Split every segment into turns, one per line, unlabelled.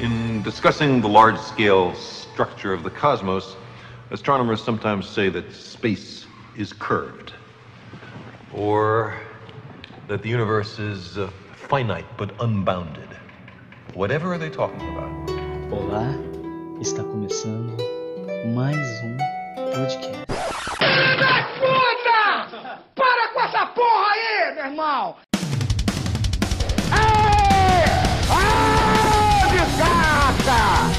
In discussing the large scale structure of the cosmos, astronomers sometimes say that space is curved, or that the universe is uh, finite but unbounded. Whatever are they talking about?
Olá, está começando mais um podcast.
Puta! Para com essa porra aí, meu irmão! Ei! Ah, desgraça!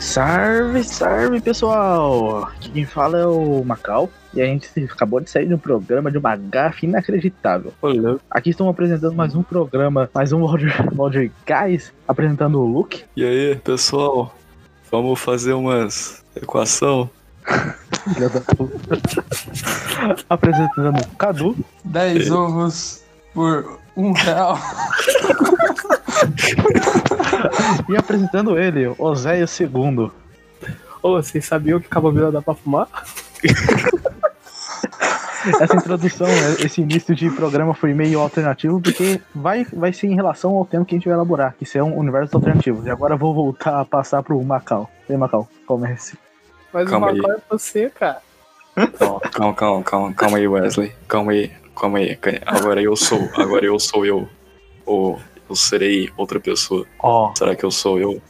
Salve, salve pessoal! Aqui quem fala é o Macau e a gente acabou de sair de um programa de uma gafe inacreditável. Aqui estamos apresentando mais um programa, mais um Walder, Walder Guys, apresentando o Luke.
E aí, pessoal, vamos fazer umas equação?
apresentando o Cadu.
10 ovos por um real.
E apresentando ele, Oséio II.
Ô, vocês sabiam que cabobila dá pra fumar?
Essa introdução, né, esse início de programa foi meio alternativo, porque vai, vai ser em relação ao tema que a gente vai elaborar, que é serão universos alternativos. E agora eu vou voltar a passar pro Macau. E aí, Macau, comece.
Mas
Calma
o
aí.
Macau é você, cara.
Calma, calma, calma, calma, calma aí, Wesley. Calma aí, calma aí. calma aí. Agora eu sou, agora eu sou eu. Ou eu serei outra pessoa.
Ó,
Será que eu sou eu?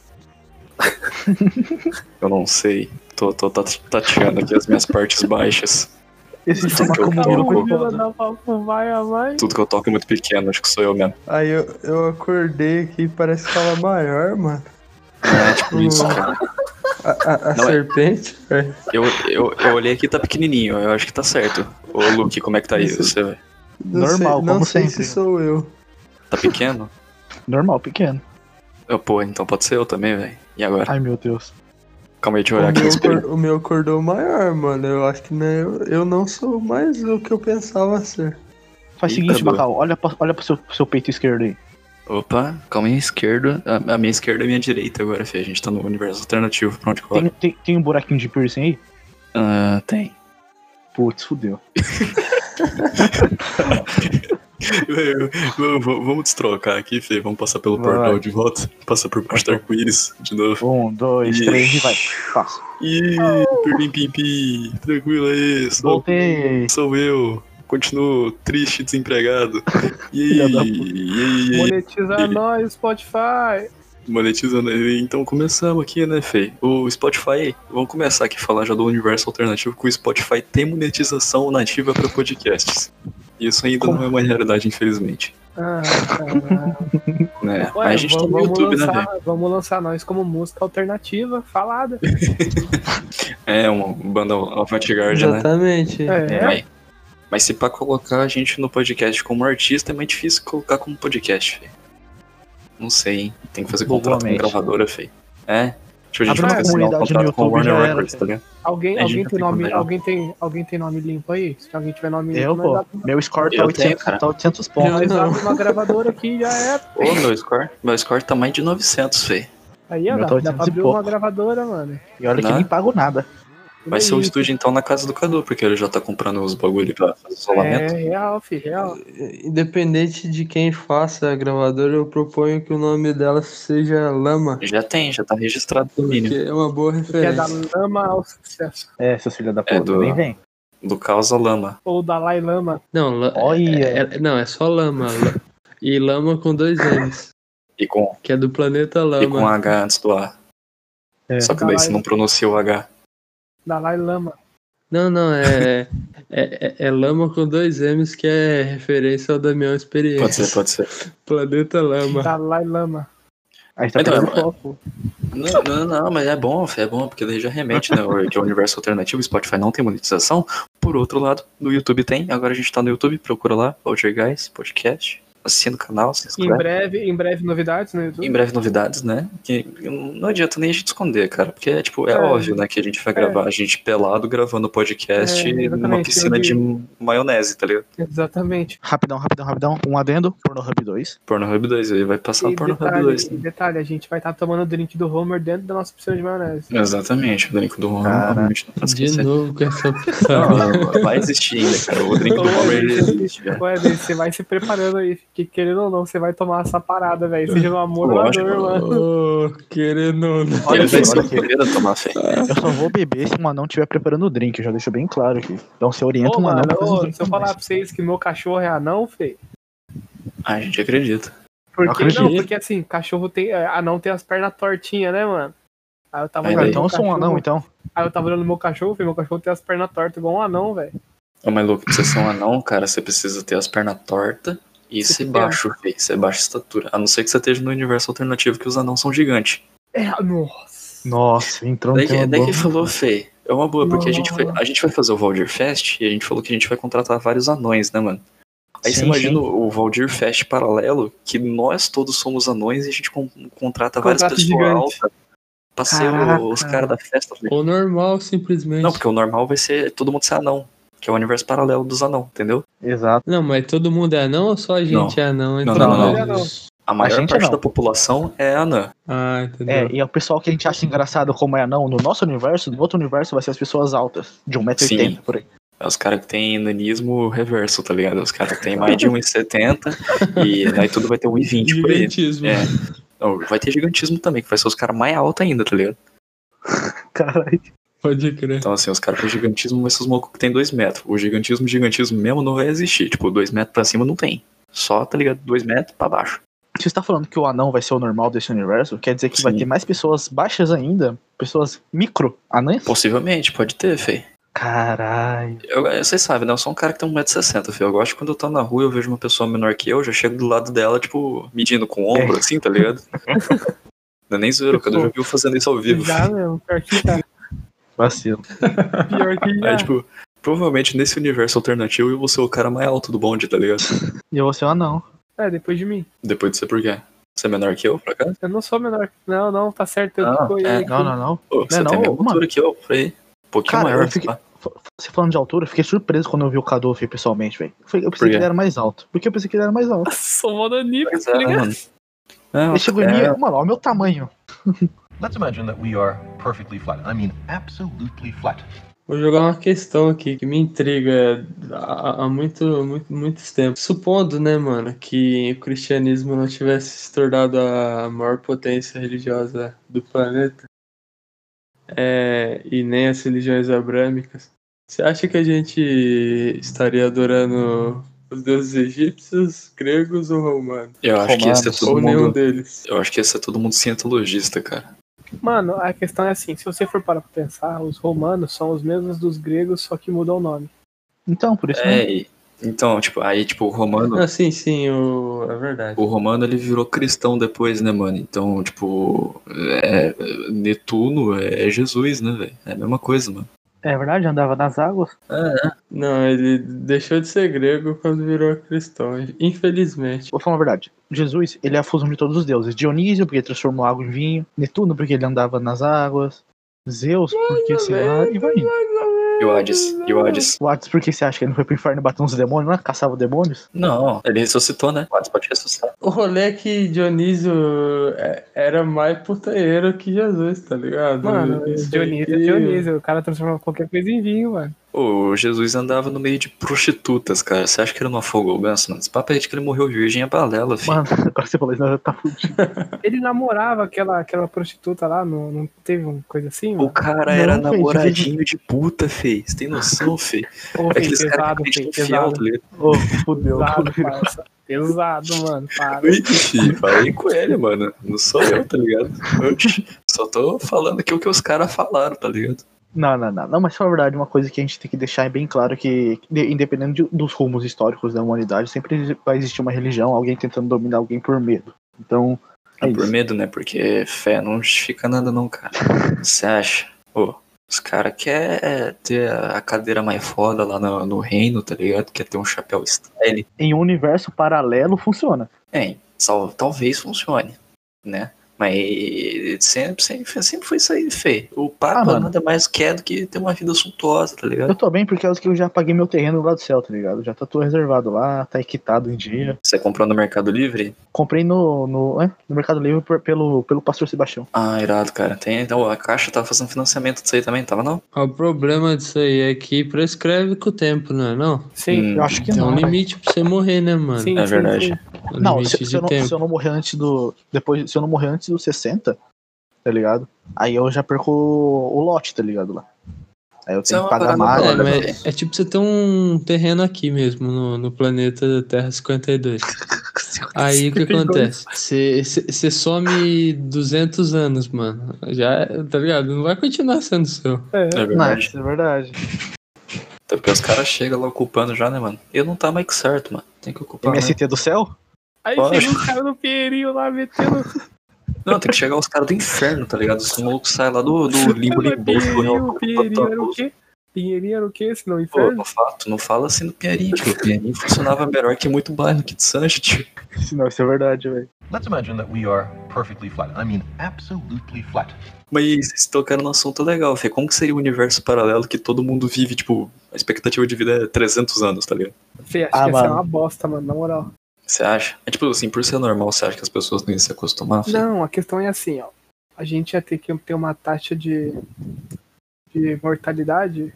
eu não sei. Tô, tô tat- tateando aqui as minhas partes baixas.
esse
Então,
tema
que eu
comunista
toco.
foi
Cabobila
foda.
dá pra fumar e a mais.
Tudo que eu toco é muito pequeno, acho que sou eu mesmo.
Aí eu, eu acordei aqui, parece que tava maior, mano.
É tipo isso, cara.
A, a- a
Não é.
serpente. velho.
Eu, eu, eu olhei aqui, tá pequenininho, eu acho que tá certo. Ô, Luke, como é que tá aí? Você velho?
Não
Normal,
sei, Não
como
sei
sempre.
se sou eu.
tá pequeno?
Normal, pequeno.
Eu, pô, então pode ser eu também, velho. E agora?
Ai, meu Deus.
Calma aí, deixa eu
O
olhar aqui no
meu,
espelho.
acor- o meu acordou maior, mano. Eu acho que não é eu, eu não sou mais o que eu pensava ser.
Faz o
Eita,
seguinte,
boa.
Macau, olha, pra- olha pro seu, pro seu peito esquerdo aí.
Opa, calma aí, esquerda. A, a minha esquerda é a minha direita agora, fi. A gente tá no universo alternativo. Pra onde que eu
Tem,
olho?
tem, tem um buraquinho de piercing aí?
Ah, tem.
Putz, fudeu.
Eu- eu- v- Vamos destrocar aqui, Fê. Vamos passar pelo
Vai.
portal de volta. Passar por baixo do arco-íris de novo.
Um, dois,
Ih.
três e vai. Passa.
Ih, pirlim pim pim. Tranquilo aí. Sou,
Voltei.
sou eu. Continuo triste e desempregado. E
Filha da
aí, e aí,
Monetiza
Ele-
nós, Spotify.
monetizando. aí. Então começamos aqui, né, Fê? O Spotify, vamos começar aqui a falar já do universo alternativo, que o Spotify tem monetização nativa para podcasts. Isso ainda não é uma realidade, infelizmente.
Ah, cara.
Né?
Ué,
Mas a gente tá
vamos,
no
vamos
YouTube, né,
lançar,
velho?
vamos lançar nós como música alternativa, falada.
É, uma banda avant-garde, né?
Exatamente.
É,
Mas, mas se pra colocar a gente no podcast como artista, é mais difícil colocar como podcast, Fê. Não sei, hein? Tem que fazer contrato com
Igualmente.
gravadora, Fê. É? Tipo, a
Abre
gente vai
uma
assinar um
comunidade no
contrato com a
YouTube,
Warner
já era,
Records,
Fê.
tá ligado?
alguém,
A gente não
alguém, tem
tem como né?
nome,
negar.
alguém, tem, alguém tem nome limpo aí? Se alguém tiver nome
Eu,
limpo, nós
pô. Meu score tá
Eu tenho,
800,
cara.
tá 800 pontos.
Eu-
abre- nós
não.
abrimos uma gravadora aqui e já é.
Ô, meu score, meu score tá mais de 900, Fê.
Aí ó,
Meu tá
dá, dá
800 e
pra abrir
pouco.
uma gravadora, mano.
E olha que
Né?
nem pago nada.
Vai ser um
Isso.
estúdio então na casa do Cadu, porque ele já tá comprando os bagulho pra fazer
É
isolamento.
real, fi, real.
É.
Independente de quem faça a gravadora, eu proponho que o nome dela seja Lama.
Já tem, já tá registrado o domínio.
Porque é uma boa
Que é da
referência.
lama ao sucesso.
É, seus filhos da
É
puta,
do-
nem vem.
Do Causa Lama.
Ou Dalai Lama.
Não, la...
Olha.
é- é- não, é só Lama. La- E Lama com dois M's,
E com,
que é do planeta
e com
Lama.
H antes do A.
É.
Só que daí você não pronuncia o H.
Dalai Lama.
Não, não, é, é, é- é Lama com dois M's, que é referência ao Damião
Pode
Experiência.
ser, pode ser.
Planeta Lama.
Dalai Lama.
A gente tá
Então,
perdendo
é-
foco.
Não, não, não, mas é bom, Fê, é bom, porque daí já remete, né? Que é o universo alternativo, o Spotify não tem monetização. Por outro lado, no YouTube tem, agora a gente tá no YouTube, procura lá, Walter Guys, podcast. Assina o canal, se
E em
inscreve.
breve, em breve novidades no YouTube.
Em breve novidades, né? Que não adianta nem a gente esconder, cara. Porque é tipo, é,
É.
óbvio, né, que a gente vai gravar a gente pelado gravando podcast
É, exatamente,
numa piscina
eu
de maionese, tá ligado?
Exatamente.
Rapidão, rapidão, rapidão. Um adendo, Pornhub 2.
Pornhub 2, aí vai passar
E
o Pornhub
detalhe,
2.
e
né?
detalhe, a gente vai estar tomando o drink do Homer dentro da nossa piscina de maionese.
Exatamente, o drink do Homer
Cara,
realmente não faz
De
sentido.
novo com essa
Não, vai existir ainda, cara. O
Então,
drink do Homer ele
é
existe, velho.
Ué, velho, você vai se preparando aí, que querendo ou não, você vai tomar essa parada, velho. Seja no um amor ou na
Lógico.
dor, mano.
Ô, querendo ou não.
Ele vai
aqui,
ser
olha
o primeiro a tomar assim. fé.
Eu só vou beber se o Manão estiver preparando o drink, eu já deixo bem claro aqui. Então você orienta
Ô,
o Manão
mano,
pra fazer o
ô,
drink.
se eu falar pra vocês que meu cachorro é anão, feio.
A gente acredita.
Eu
Porque,
acredito.
não, porque assim, cachorro tem. é, Anão tem as pernas tortinhas, né, mano? Aí eu tava
Aí,
Ah,
olhando
então eu
meu
sou um
cachorro-
anão, então.
Aí eu tava olhando meu cachorro, falei, meu cachorro tem as pernas tortas igual um anão, velho.
Ô, mas louco, pra você ser um anão, cara, você precisa ter as pernas tortas e
Você
ser
tem
baixo, feio. Ser baixa estatura. A não ser que você esteja no universo alternativo que os anãos são gigantes.
É, nossa. um
Nossa, entrou no
Daí,
tema
que- daí
bom.
que falou, feio. É uma boa, porque a gente, foi- a gente vai fazer o Valdir Fest e a gente falou que a gente vai contratar vários anões, né, mano? Aí
Sim,
você imagina o Valdir Fest paralelo, que nós todos somos anões e a gente con- contrata várias
Contrato
pessoas
gigante.
altas pra ser
Caraca.
o- os caras da festa.
Ou normal, simplesmente.
Não, porque o normal vai ser todo mundo ser anão, que é o universo paralelo dos anãos, entendeu?
Exato.
Não, mas todo mundo é anão ou só a gente é anão?
Não,
Então,
não, não,
não.
beleza.
A maior
gente
parte
não.
da população é anã.
Ah,
É,
entendeu.
e é o pessoal que a gente acha engraçado como é anão no nosso universo, no outro universo vai ser as pessoas altas, de 1,80m
Sim.
por aí.
É os caras que tem nanismo reverso, tá ligado? Os caras que tem mais de 1,70 e aí tudo vai ter 1,20 por aí.
Gigantismo.
É. Não, vai ter gigantismo também, que vai ser os caras mais altos ainda, tá ligado?
Caralho.
Pode crer.
Então, assim, os caras com gigantismo vai ser os malucos que tem 2 metros. O gigantismo, gigantismo mesmo não vai existir. Tipo, 2 metros pra cima não tem. Só, tá ligado? 2 metros pra baixo.
Se você tá falando que o anão vai ser o normal desse universo, quer dizer que vai
Sim.
ter mais pessoas baixas ainda, pessoas micro anãs?
Possivelmente, pode ter, fei.
Caralho.
Eu- eu- Vocês sabem, né? Eu sou um cara que tem 1,60m, filho. Eu gosto que quando eu tô na rua eu vejo uma pessoa menor que eu, eu já chego do lado dela, tipo, medindo com o ombro, assim, tá ligado? Não é nem zoeiro, cara. Eu já vi eu fazendo isso ao vivo.
Já, meu, pior que já.
assim,
Vacilo.
Pior que
É,
já.
Aí, tipo, provavelmente nesse universo alternativo eu vou ser o cara mais alto do bonde, tá ligado?
E eu vou ser um anão.
É, depois de mim.
Depois de ser por quê? Você é menor que eu, pra cá?
Eu não sou menor. Não, não, tá certo. Eu
Ah,
que
é.
ganhei.
Não, não, não.
Pô, você
não,
tem a mesma
mano.
altura que eu, por aí. Um pouquinho
Cara,
maior.
eu fiquei-
pá.
F- Você falando de altura, eu fiquei surpreso quando eu vi o Kadolf pessoalmente, velho. Eu falei- eu pensei
Por quê?
que ele era mais alto. Porque eu pensei que ele era mais alto.
Sou mononip,
Mas
tá
é,
ligado?
mano. Não, é,
Ele chegou em mim, mano, olha o meu tamanho.
Let's imagine that we are perfectly flat. I mean, absolutely flat.
Vou jogar uma questão aqui que me intriga é, há, há muito, muito, muitos tempos. Supondo, né, mano, que o cristianismo não tivesse se tornado a maior potência religiosa do planeta, é, e nem as religiões abrâmicas, você acha que a gente estaria adorando os deuses egípcios, gregos ou romanos?
eu acho que ia ser
Romanos,
todo
ou nenhum
mundo.
deles?
Eu acho que ia ser todo mundo cientologista, cara.
Mano, a questão é assim: se você for parar pra pensar, os romanos são os mesmos dos gregos, só que mudam o nome.
Então, por isso né?
É, e- então, tipo, aí, tipo, o romano.
Ah, sim, sim, o... é verdade.
O Romano ele virou cristão depois, né, mano? Então, tipo, é, Netuno é Jesus, né, velho? É a mesma coisa, mano.
é verdade, andava nas águas.
Não, ele deixou de ser grego quando virou cristão, infelizmente.
Vou falar a verdade. Jesus, ele é a fusão de todos os deuses. Dionísio, porque transformou água em vinho. Netuno, porque ele andava nas águas. Zeus, porque sei lá, e vai indo.
E o Hades? E o Hades?
O Hades, porque você acha que ele não foi pro inferno e bateu uns demônios, né? Caçava demônios?
Não, ele ressuscitou, né? O Hades pode ressuscitar.
O rolê é que Dionísio é- era mais puteiro que Jesus, tá ligado?
Mano,
Isso
Dionísio é
aqui-
Dionísio. O cara transforma qualquer coisa em vinho, mano.
Ô, Jesus andava no meio de prostitutas, cara. Você acha que ele não afogou o ganso, mano? Esse papo aí de que ele morreu virgem é balela, filho.
Mano, agora você falou isso, não, tá fudido.
Ele namorava aquela, aquela prostituta lá, não, não teve uma coisa assim?
O
Mano?
cara
Não,
era
filho,
namoradinho de puta, fi. Você tem noção, fi?
Pô,
É aqueles
filho,
caras
pesado,
que
filho,
acreditam fiel, tá
pesado.
ligado?
Ô, fudeu.
Pesado,
fudeu.
parça. Pesado, mano. Para.
Ui, fi, falei com ele, mano. Não sou eu, tá ligado? Eu te- só tô falando aqui o que os caras falaram, tá ligado?
Não, não, não. Não, mas na verdade, uma coisa que a gente tem que deixar bem claro é que, de- independente de- dos rumos históricos da humanidade, sempre vai existir uma religião, alguém tentando dominar alguém por medo. Então,
Ah,
É
por
isso.
medo, né? Porque fé não justifica nada, não, cara. Você acha? Ô, Os caras querem ter a cadeira mais foda lá no, no reino, tá ligado? Quer ter um chapéu style.
Em um universo paralelo funciona.
É, sal- talvez funcione, né? Mas sempre, sempre, sempre foi isso aí, feio. O
Ah,
Papa
mano.
nada mais quer do que ter uma vida suntuosa, tá ligado?
Eu tô bem porque é que eu já paguei meu terreno lá do céu, tá ligado? Já tá tudo reservado lá, tá equitado em dia.
Você comprou no Mercado Livre?
Comprei no, no, é, no Mercado Livre por- pelo, pelo Pastor Sebastião.
Ah, irado, cara. Tem, então, a Caixa tava fazendo financiamento disso aí também, tava não?
O problema disso aí é que prescreve com o tempo, não é não?
Sim.
Hum,
Eu acho que
Tem
não.
um
velho.
limite pra você morrer, né, mano?
sim,
é
sim,
verdade.
sim.
Um
Não,
limite
se,
de
se eu não,
tempo.
se eu não morrer antes do. Depois, se eu não morrer antes dos 60, tá ligado? Aí eu já perco o o lote, tá ligado? Lá. Aí eu
Isso é
tenho
uma
que pagar
parada né?
mais. né?
É,
Olha,
mas é tipo você ter um terreno aqui mesmo, no, no planeta Terra 52. Aí o que acontece? Você- Você você some 200 anos, mano. Já, tá ligado? Não vai continuar sendo seu.
É.
É
Não,
verdade.
isso é verdade.
Até porque os caras chegam lá ocupando já, né, mano? Eu não tá mais que certo, mano. Tem que ocupar. Né?
MST do céu?
Aí
Pode.
chega um cara no Pinheirinho lá metendo.
Não, tem que chegar os caras do inferno, tá ligado? Os malucos saem lá do, do limbo
Mas
limbo. tá
Pinheirinho, Pinheirinho era o
Pô,
quê? Pinheirinho era o quê? Se não, é
É.
inferno?
não, fala, tu não fala assim no Pinheirinho, tio. O Pinheirinho funcionava melhor que muito bairro aqui de tipo. Sancho, tio.
Não, isso é verdade, velho.
Let's imagine that we are perfectly flat. I mean, absolutely flat.
Mas vocês tocaram num assunto legal, Fê. Como que seria o universo paralelo que todo mundo vive, tipo, a expectativa de vida é 300 anos, tá ligado?
Fê, acho
Ah,
que essa é
mano.
uma bosta, mano, na moral.
Você acha? É tipo assim, por ser normal, você acha que as pessoas não iam se acostumar? Fê?
Não, a questão é assim, ó. A gente ia ter que ter uma taxa de, de mortalidade.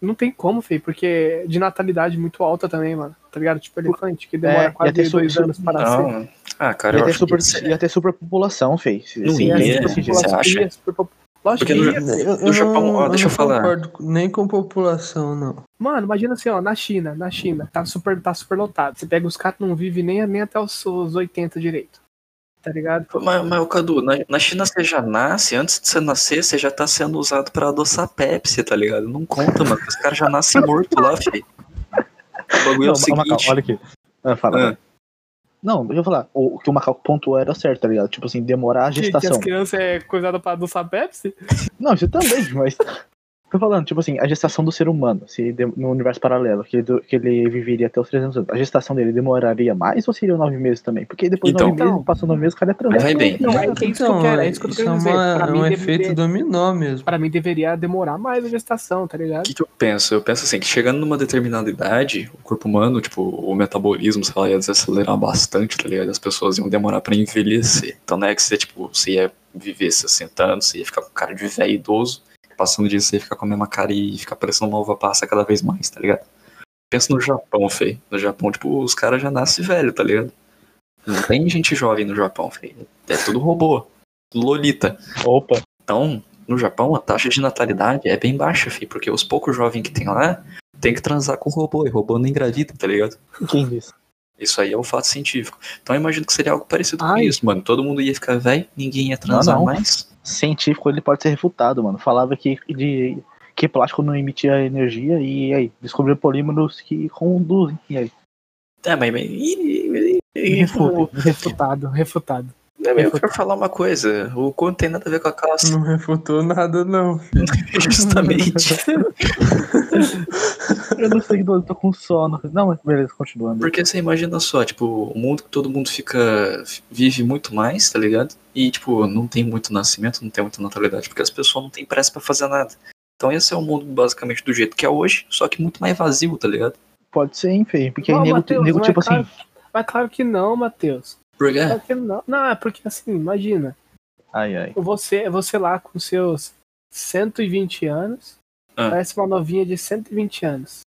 Não tem como, Fê, porque de natalidade muito alta também, mano. Tá ligado? Tipo elefante, que demora
É, ia
quase
ter
dois
su- su-
anos para nascer.
Não. Ah, cara,
Ia
eu
ter,
acho
é super,
que... Sim,
ia ter superpopulação, fei. Se-
Não
se-
ia,
se-
né?
se- se-
Você acha?
Ia, super pop- Lógico
Porque
que
no-
ia,
é.
Fê.
no Japão, ó, deixa eu falar.
concordo com- nem com população, não.
Mano, imagina assim, ó, na China, na China, tá super, tá super lotado. Você pega os caras, não vive nem, nem até os, os 80 direito. Tá ligado?
Mas, mas ô, Cadu, na, na China você já nasce, antes de você nascer, você já tá sendo usado pra adoçar Pepsi, tá ligado? Não conta, mano. Os caras já nascem morto lá, filho. O bagulho
Não, o
é o
Macau,
seguinte.
olha aqui. Ah, fala,
Ah.
vai. Não, deixa eu falar. O, o que o Macaco pontuou era certo, tá ligado? Tipo assim, demorar a
Que, que as
gestação.
crianças é coisada pra adoçar Pepsi?
Não, isso também, mas. Tô falando, tipo assim, a gestação do ser humano, se de- no universo paralelo, que ele, do- que ele viveria até os 300 anos, a gestação dele demoraria mais ou seriam nove meses também? Porque depois de
Então.
nove meses, passou nove meses, o cara é
Mas
transado.
vai bem.
Não, é, que é isso que eu quero, é isso que eu
isso
quero
é
dizer.
uma-
Pra
é
mim,
um
deveria-
efeito dominó mesmo.
Pra mim deveria demorar mais a gestação, tá
O
ligado?
que, que eu penso? Eu penso assim, que chegando numa determinada idade, o corpo humano, tipo, o metabolismo, sei lá, ia desacelerar bastante, tá ligado? As pessoas iam demorar pra envelhecer. Então não é que você, tipo, você ia viver 60 anos, você ia ficar com cara de velho idoso, passando disso você ia ficar com a mesma cara e ficar parecendo uma uva passa cada vez mais, tá ligado? Pensa no Japão, Fê. No Japão, tipo, os caras já nascem velho, tá ligado? Não tem gente jovem no Japão, Fê. É tudo robô. Lolita.
Opa.
Então, no Japão, a taxa de natalidade é bem baixa, fi, porque os poucos jovens que tem lá tem que transar com robô, e robô não engravida, tá ligado?
Quem disse?
Isso aí é um fato científico. Então eu imagino que seria algo parecido com
Ai.
isso, mano. Todo mundo ia ficar velho, ninguém ia transar
não.
mais.
Científico, ele pode ser refutado, mano. Falava que, de, que plástico não emitia energia e aí, descobriu polímeros que conduzem. E aí?
É, mas. mas- e- e- e- e-
Refuta.
tipo, Refutado, refutado.
Não, mas eu quero falar uma coisa. O conto tem nada a ver com a calça,
Não refutou nada, não.
justamente.
Eu não sei, eu tô com sono. Não, mas beleza, continuando.
Porque você imagina só, tipo, o mundo que todo mundo fica. vive muito mais, tá ligado? E, tipo, não tem muito nascimento, não tem muita natalidade, porque as pessoas não têm pressa pra fazer nada. Então esse é o mundo basicamente do jeito que é hoje, só que muito mais vazio, tá ligado?
Pode ser, hein, feio? Porque aí,
Não,
nego,
Matheus,
nego
não é
tipo
claro-
assim,
Mas claro que não, Matheus.
Porque
Claro que não. Não, é porque assim, imagina.
ai, ai.
Você, você lá com seus 120 anos,
Ah.
parece uma novinha de 120 anos.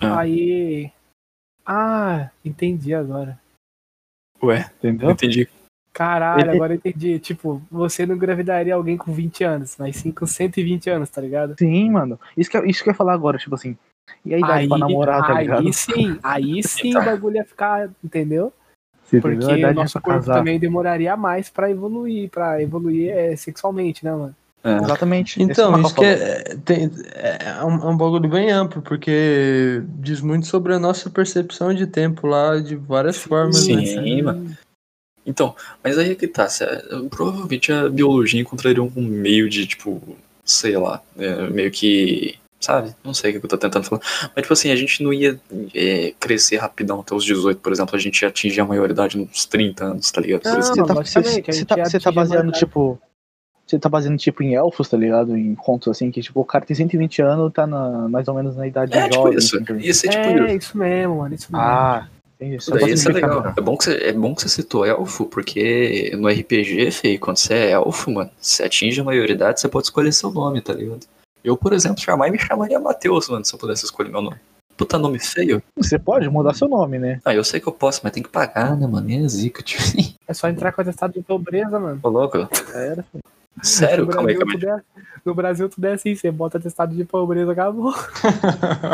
Ah.
Aí. Ah, entendi agora.
Ué,
Entendeu?
eu entendi.
Caralho,
Ele-
agora eu entendi. Tipo, você não gravidaria alguém com 20 anos, mas sim com 120 anos, tá ligado?
Sim, mano. Isso que, eu- isso que eu ia falar agora, tipo assim. E a idade
aí,
pra namorar, tá
aí
ligado?
sim, aí sim o bagulho ia ficar, entendeu?
Você
Porque
entendeu? A
o
idade
nosso
pra
corpo
casar.
também demoraria mais pra evoluir, pra evoluir é, sexualmente, né, mano?
É.
Exatamente.
Então,
Esse
isso que é, tem- é um, é um bagulho bem amplo, porque diz muito sobre a nossa percepção de tempo lá de várias formas, né?
Sim, mano. é, Então, mas aí é que tá. se- Provavelmente a biologia encontraria um meio de, tipo, sei lá, é, meio que. Sabe? Não sei o que eu tô tentando falar. Mas, tipo assim, a gente não ia é, crescer rapidão até os 18, por exemplo. A gente ia atingir a maioridade nos 30 anos, tá ligado? Por
Não,
exemplo.
Você tá, você,
basicamente, a
você
gente
tá,
ia
você tá
atingir a
baseando,
maioridade.
tipo. Você tá baseando, tipo, em elfos, tá ligado? Em contos assim, que, tipo, o cara tem 120 anos, tá na, mais ou menos na idade
É, tipo
jovem.
isso.
assim,
Ia ser tipo
É,
isso.
isso mesmo, mano. Isso mesmo.
Ah, entendi.
Isso
Só pra
daí ia ser
simplificar.
legal. É bom, que você, é bom que você citou elfo, porque no RPG, feio, quando você é elfo, mano, você atinge a maioridade, você pode escolher seu nome, tá ligado? Eu, por exemplo, jamais me chamaria Matheus, mano, se eu pudesse escolher meu nome. Puta nome feio?
Você pode mudar seu nome, né?
Ah, eu sei que eu posso, mas tem que pagar, né, mano? É zica, tipo assim.
É só entrar com atestado de pobreza, mano.
Ô, louco.
Já era.
Sério?
no,
Calma aí,
Brasil,
calma aí.
tu der- no Brasil tu der assim, você bota atestado de pobreza, acabou.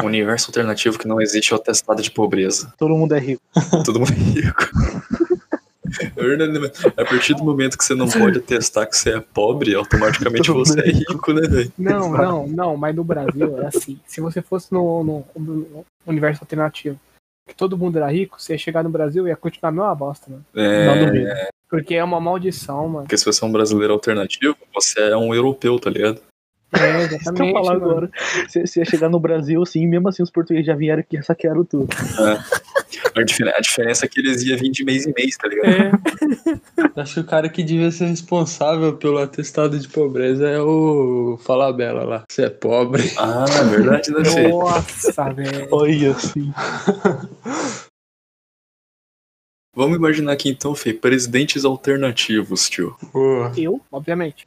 Um universo alternativo que não existe é o testado de pobreza.
Todo mundo é rico.
Todo mundo é rico. É verdade, né, mano? A partir do momento que você não pode atestar que você é pobre, automaticamente
Todo mundo
você é rico, né, velho?
Não, não, não, mas no Brasil é assim. Se você fosse no, no- no universo alternativo, que todo mundo era rico, você ia chegar no Brasil e ia continuar a mesma bosta, mano.
Não
É,
duvido.
Porque é uma maldição, mano.
porque se você é um brasileiro alternativo, você é um europeu, tá ligado?
É,
Isso que eu
exatamente.
falar
mano.
agora. Você, você ia chegar no Brasil, sim, mesmo assim os portugueses já vieram aqui e saquearam tudo.
A, difer- a diferença é que eles iam vir de mês em mês, tá ligado?
É,
Acho que o cara que devia ser responsável pelo atestado de pobreza é o Falabella lá. Você é pobre.
Ah, é verdade, né, Fê?
nossa, velho.
Olha, sim.
Vamos imaginar aqui então, Fê, presidentes alternativos, tio.
Boa.
Eu, obviamente.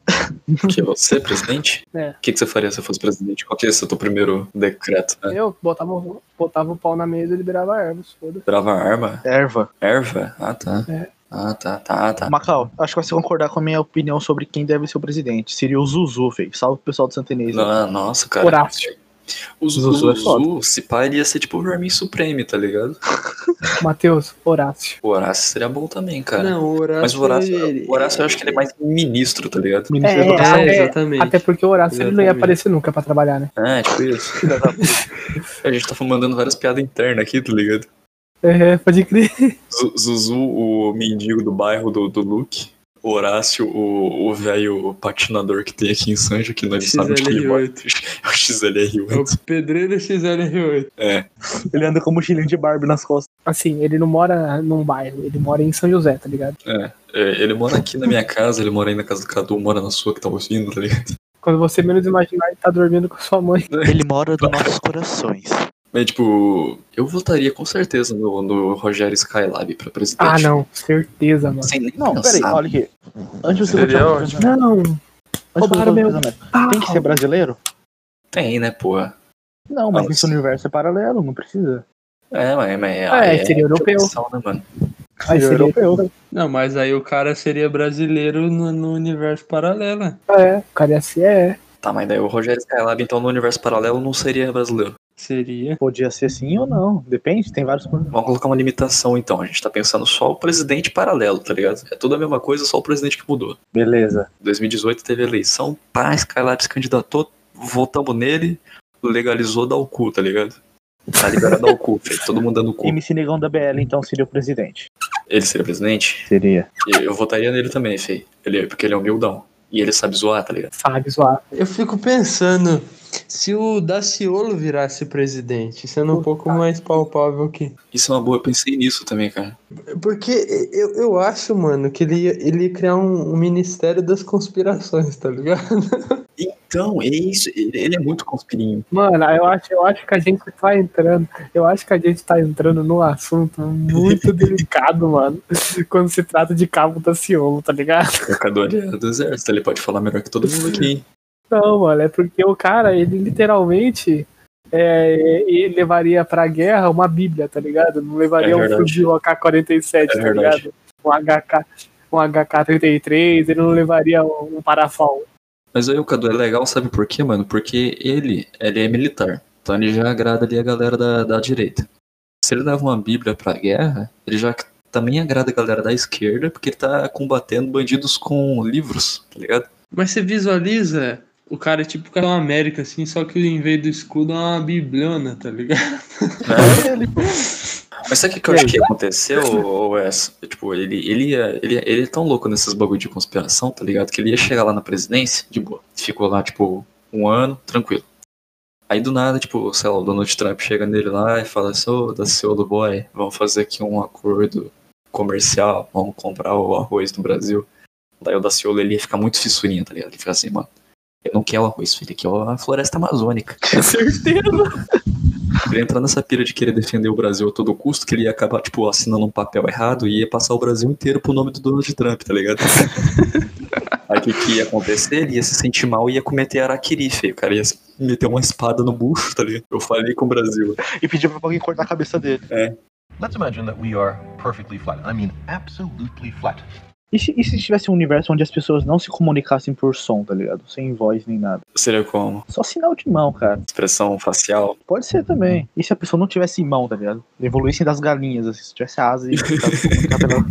Que é você, presidente?
É.
O que, que você faria se eu fosse presidente? Qual que ia ser o teu primeiro decreto, né?
Eu botava, o- botava o pau na mesa e liberava ervas, foda-se.
Trava a arma?
Erva.
Erva? Ah, tá.
É.
Ah, tá, tá, tá.
Macau, acho que vai você concordar com a minha opinião sobre quem deve ser o presidente. Seria o Zuzu, velho. Salve o pessoal do Santa Inês. né?
Não, Ah, nossa, cara.
Horácio.
O Zuzu,
Zuzu é foda.
Zuzu, se pá, ele ia ser tipo o Vermin Supreme, tá ligado?
Matheus, Horácio.
O Horácio seria bom também, cara.
Não, o Horácio.
Mas o Horácio,
ele-
o Horácio eu acho que ele é mais ministro, tá ligado?
Ministro
É,
da Educação.
É,
é,
exatamente.
Até porque o Horácio ele não ia
Exatamente.
aparecer nunca pra trabalhar, né?
É, tipo isso.
Filha da puta.
A gente tá mandando várias piadas internas aqui, tá ligado?
É, pode crer.
Zu- Zuzu, o mendigo do bairro do, do Luke. O Horácio, o o velho patinador que tem aqui em Sanjo, que nós sabemos que ele mora.
XLR8.
É o
É o
XLR8.
pedreiro XLR8.
É
É,
Ele anda com um mochilinho de Barbie nas costas.
Assim, ele não mora num bairro, ele mora em São José, tá ligado?
É, ele mora aqui na minha casa, ele mora aí na casa do Cadu, mora na sua que tá ouvindo, tá ligado?
Quando você menos imaginar, ele tá dormindo com sua mãe.
Ele mora nos nossos corações.
Mas, tipo, eu votaria com certeza no, no Rogério Skylab pra presidente.
Ah, não, certeza, mano.
Sem nem
Não,
pensar.
peraí, olha aqui. Antes de você
Seria
votar no presidente-
ótimo.
Não,
antes de você votar
Roubaram
no
meu
presidente,
pau.
um Tem que ser brasileiro?
Tem, né, porra?
Não, mas
Nossa.
esse universo é paralelo, não precisa.
É, mas, mas
É, seria europeu.
opção, né, mano?
Aí seria
europeu.
Não, mas aí o cara seria brasileiro no, no universo paralelo. né?
É, o cara ia ser, é.
Tá, mas daí o Rogério Skylab, então, no universo paralelo, não seria brasileiro.
Seria.
Podia ser sim ou não. Depende, tem vários.
Vamos colocar uma limitação, então. A gente tá pensando só o presidente paralelo, tá ligado? É tudo a mesma coisa, só o presidente que mudou.
Beleza.
2018 teve a eleição, pá, Skylab se candidatou, votamos nele, legalizou dar o cu, tá ligado? Tá liberado dar o cu, filho. todo mundo dando o cu.
MC Negão da BL, então, seria o presidente.
Ele seria presidente?
Seria.
Eu- Eu votaria nele também, Fê. Ele, porque ele é humildão. E ele sabe zoar, tá ligado?
Sabe zoar.
Eu fico pensando, se o Daciolo virasse presidente, sendo um pouco mais palpável que.
Isso é uma boa, eu pensei nisso também, cara.
Porque eu, eu acho, mano, que ele ia, ele ia criar um, um ministério das conspirações, tá ligado?
Então, é isso. Ele, ele é muito conspirinho.
Mano, eu acho, eu acho que a gente tá entrando. Eu acho que a gente tá entrando num assunto muito delicado, mano. Quando se trata de cabo da Ciolo, tá ligado?
Mercador é do exército, ele pode falar melhor que todo mundo aqui, hein?
Não, mano, é porque o cara, ele literalmente. é, ele levaria pra guerra uma bíblia, tá ligado? Não levaria
É
um
verdade.
fuzil AK-47,
É
tá
verdade.
ligado? Um HK, um HK-33, ele não levaria um, um parafal.
Mas aí o Cadu é legal, sabe por quê, mano? Porque ele, ele é militar. Então ele já agrada ali a galera da, da direita. Se ele leva uma bíblia pra guerra, ele já também agrada a galera da esquerda, porque ele tá combatendo bandidos com livros, tá ligado?
Mas você visualiza o cara tipo Capitão América, assim, só que em vez do escudo é uma bibliona, tá ligado?
Né? Mas sabe o que, que eu acho que aconteceu, ô Wes? Tipo, ele, ele, ia- ele, ele é tão louco nesses bagulho de conspiração, tá ligado? Que ele ia chegar lá na presidência, de boa. Ficou lá, tipo, um ano, tranquilo. Aí do nada, tipo, sei lá, o Donald Trump chega nele lá e fala assim, ô, da seu do boy, vamos fazer aqui um acordo comercial, vamos comprar o arroz no Brasil. Daí o Daciolo, ele ia ficar muito fissurinha, tá ligado? Ele fica assim, mano, eu não quero arroz, filho, eu quero a floresta amazônica.
Certeza.
Ele ia entrar nessa pira de querer defender o Brasil a todo custo, que ele ia acabar, tipo, assinando um papel errado e ia passar o Brasil inteiro pro nome do Donald Trump, tá ligado? Aí o que, que ia acontecer? Ele ia se sentir mal e ia cometer araquiri, feio. O cara ia se- meter uma espada no bucho, tá ligado? Eu falei com o Brasil.
E pediu pra alguém cortar a cabeça dele.
Let's imagine that we are perfectly flat. I mean, absolutely flat.
E se, e se tivesse um universo onde as pessoas não se comunicassem por som, tá ligado? Sem voz nem nada.
Seria como?
Só sinal de mão, cara.
Expressão facial?
Pode ser também. E se a pessoa não tivesse mão, tá ligado? Evoluíssem das galinhas, assim, se tivesse asa e tentasse se comunicar pela...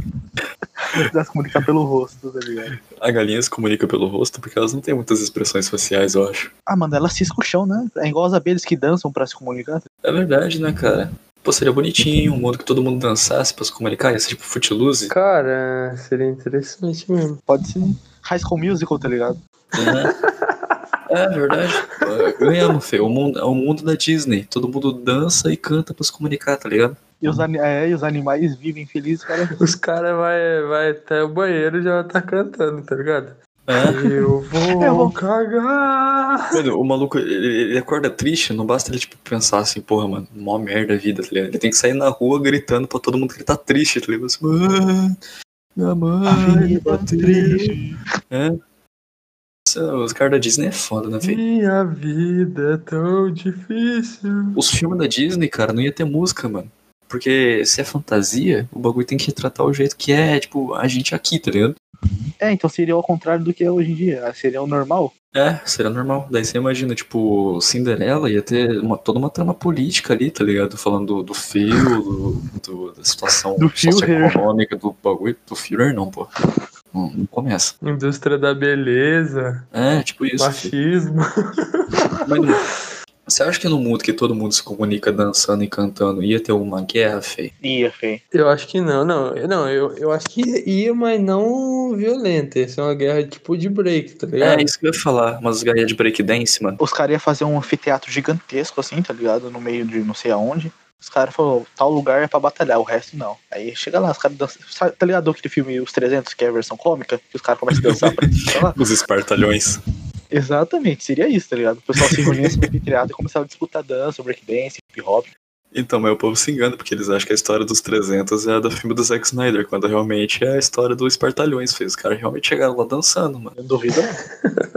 tentasse comunicar pelo rosto, tá ligado?
A galinha se comunica pelo rosto porque elas não têm muitas expressões faciais, eu acho.
Ah, mano, ela cisca o chão, né? É igual as abelhas que dançam pra se comunicar. tá
É verdade, né, cara? Pô, seria bonitinho, um mundo que todo mundo dançasse pra se comunicar, ia ser tipo footloose.
Cara, seria interessante mesmo.
Pode ser High School Musical, tá ligado?
É, é verdade. Pô, Ganhamos, Fê. O mundo, é o mundo da Disney. Todo mundo dança e canta pra se comunicar, tá ligado?
E os, ani- é, e os animais vivem felizes, cara.
Os caras vai, vai até o banheiro e já tá cantando, tá ligado?
É.
Eu vou,
Eu vou-
cagar.
Mano, o maluco, ele, ele acorda triste, não basta ele, tipo, pensar assim, porra, mano, mó merda a vida, tá ligado? Ele tem que sair na rua gritando pra todo mundo que ele tá triste, tá ligado? Assim, "Mãe, minha mãe, me bateu." É. Isso, Os caras da Disney é foda, né, velho?
Minha vida é tão difícil.
Os filmes da Disney, cara, não ia ter música, mano. Porque se é fantasia, o bagulho tem que retratar o jeito que é, tipo, a gente aqui, tá ligado?
É, então seria ao contrário do que é hoje em dia. Seria o normal.
É, seria normal. Daí você imagina, tipo, Cinderela ia ter uma- toda uma trama política ali, tá ligado? Falando do, do fio, do, do- da situação
Do Führer.
socioeconômica, do bagulho. Do Führer não, pô. Não, não começa.
Indústria da beleza,
É, tipo isso.
machismo.
Mas não- você acha que no mundo que todo mundo se comunica dançando e cantando ia ter uma guerra, Fê?
Ia, fei.
Eu acho que não, não. Eu, não, eu, eu acho que ia, mas não violenta. Isso é uma guerra tipo de break, tá ligado?
É, isso que eu ia falar. Umas guerras de breakdance, mano.
Os caras iam fazer um anfiteatro gigantesco, assim, tá ligado? No meio de não sei aonde. Os caras falaram, tal lugar é pra batalhar, o resto não. Aí chega lá, os caras dançam. Sabe, Tá ligado aquele filme Os 300, que é a versão cômica? Que os caras começam a dançar pra disputar lá?
Os espartalhões.
Exatamente, seria isso, tá ligado? O pessoal se reunia nesse anfiteatro e começava a disputar dança, breakdance, hip hop.
Então, mas o povo se engana, porque eles acham que a história dos 300 é a do filme do Zack Snyder, quando realmente é a história dos Espartalhões, fez. Os caras realmente chegaram lá dançando, mano.
Eu Não duvido, não.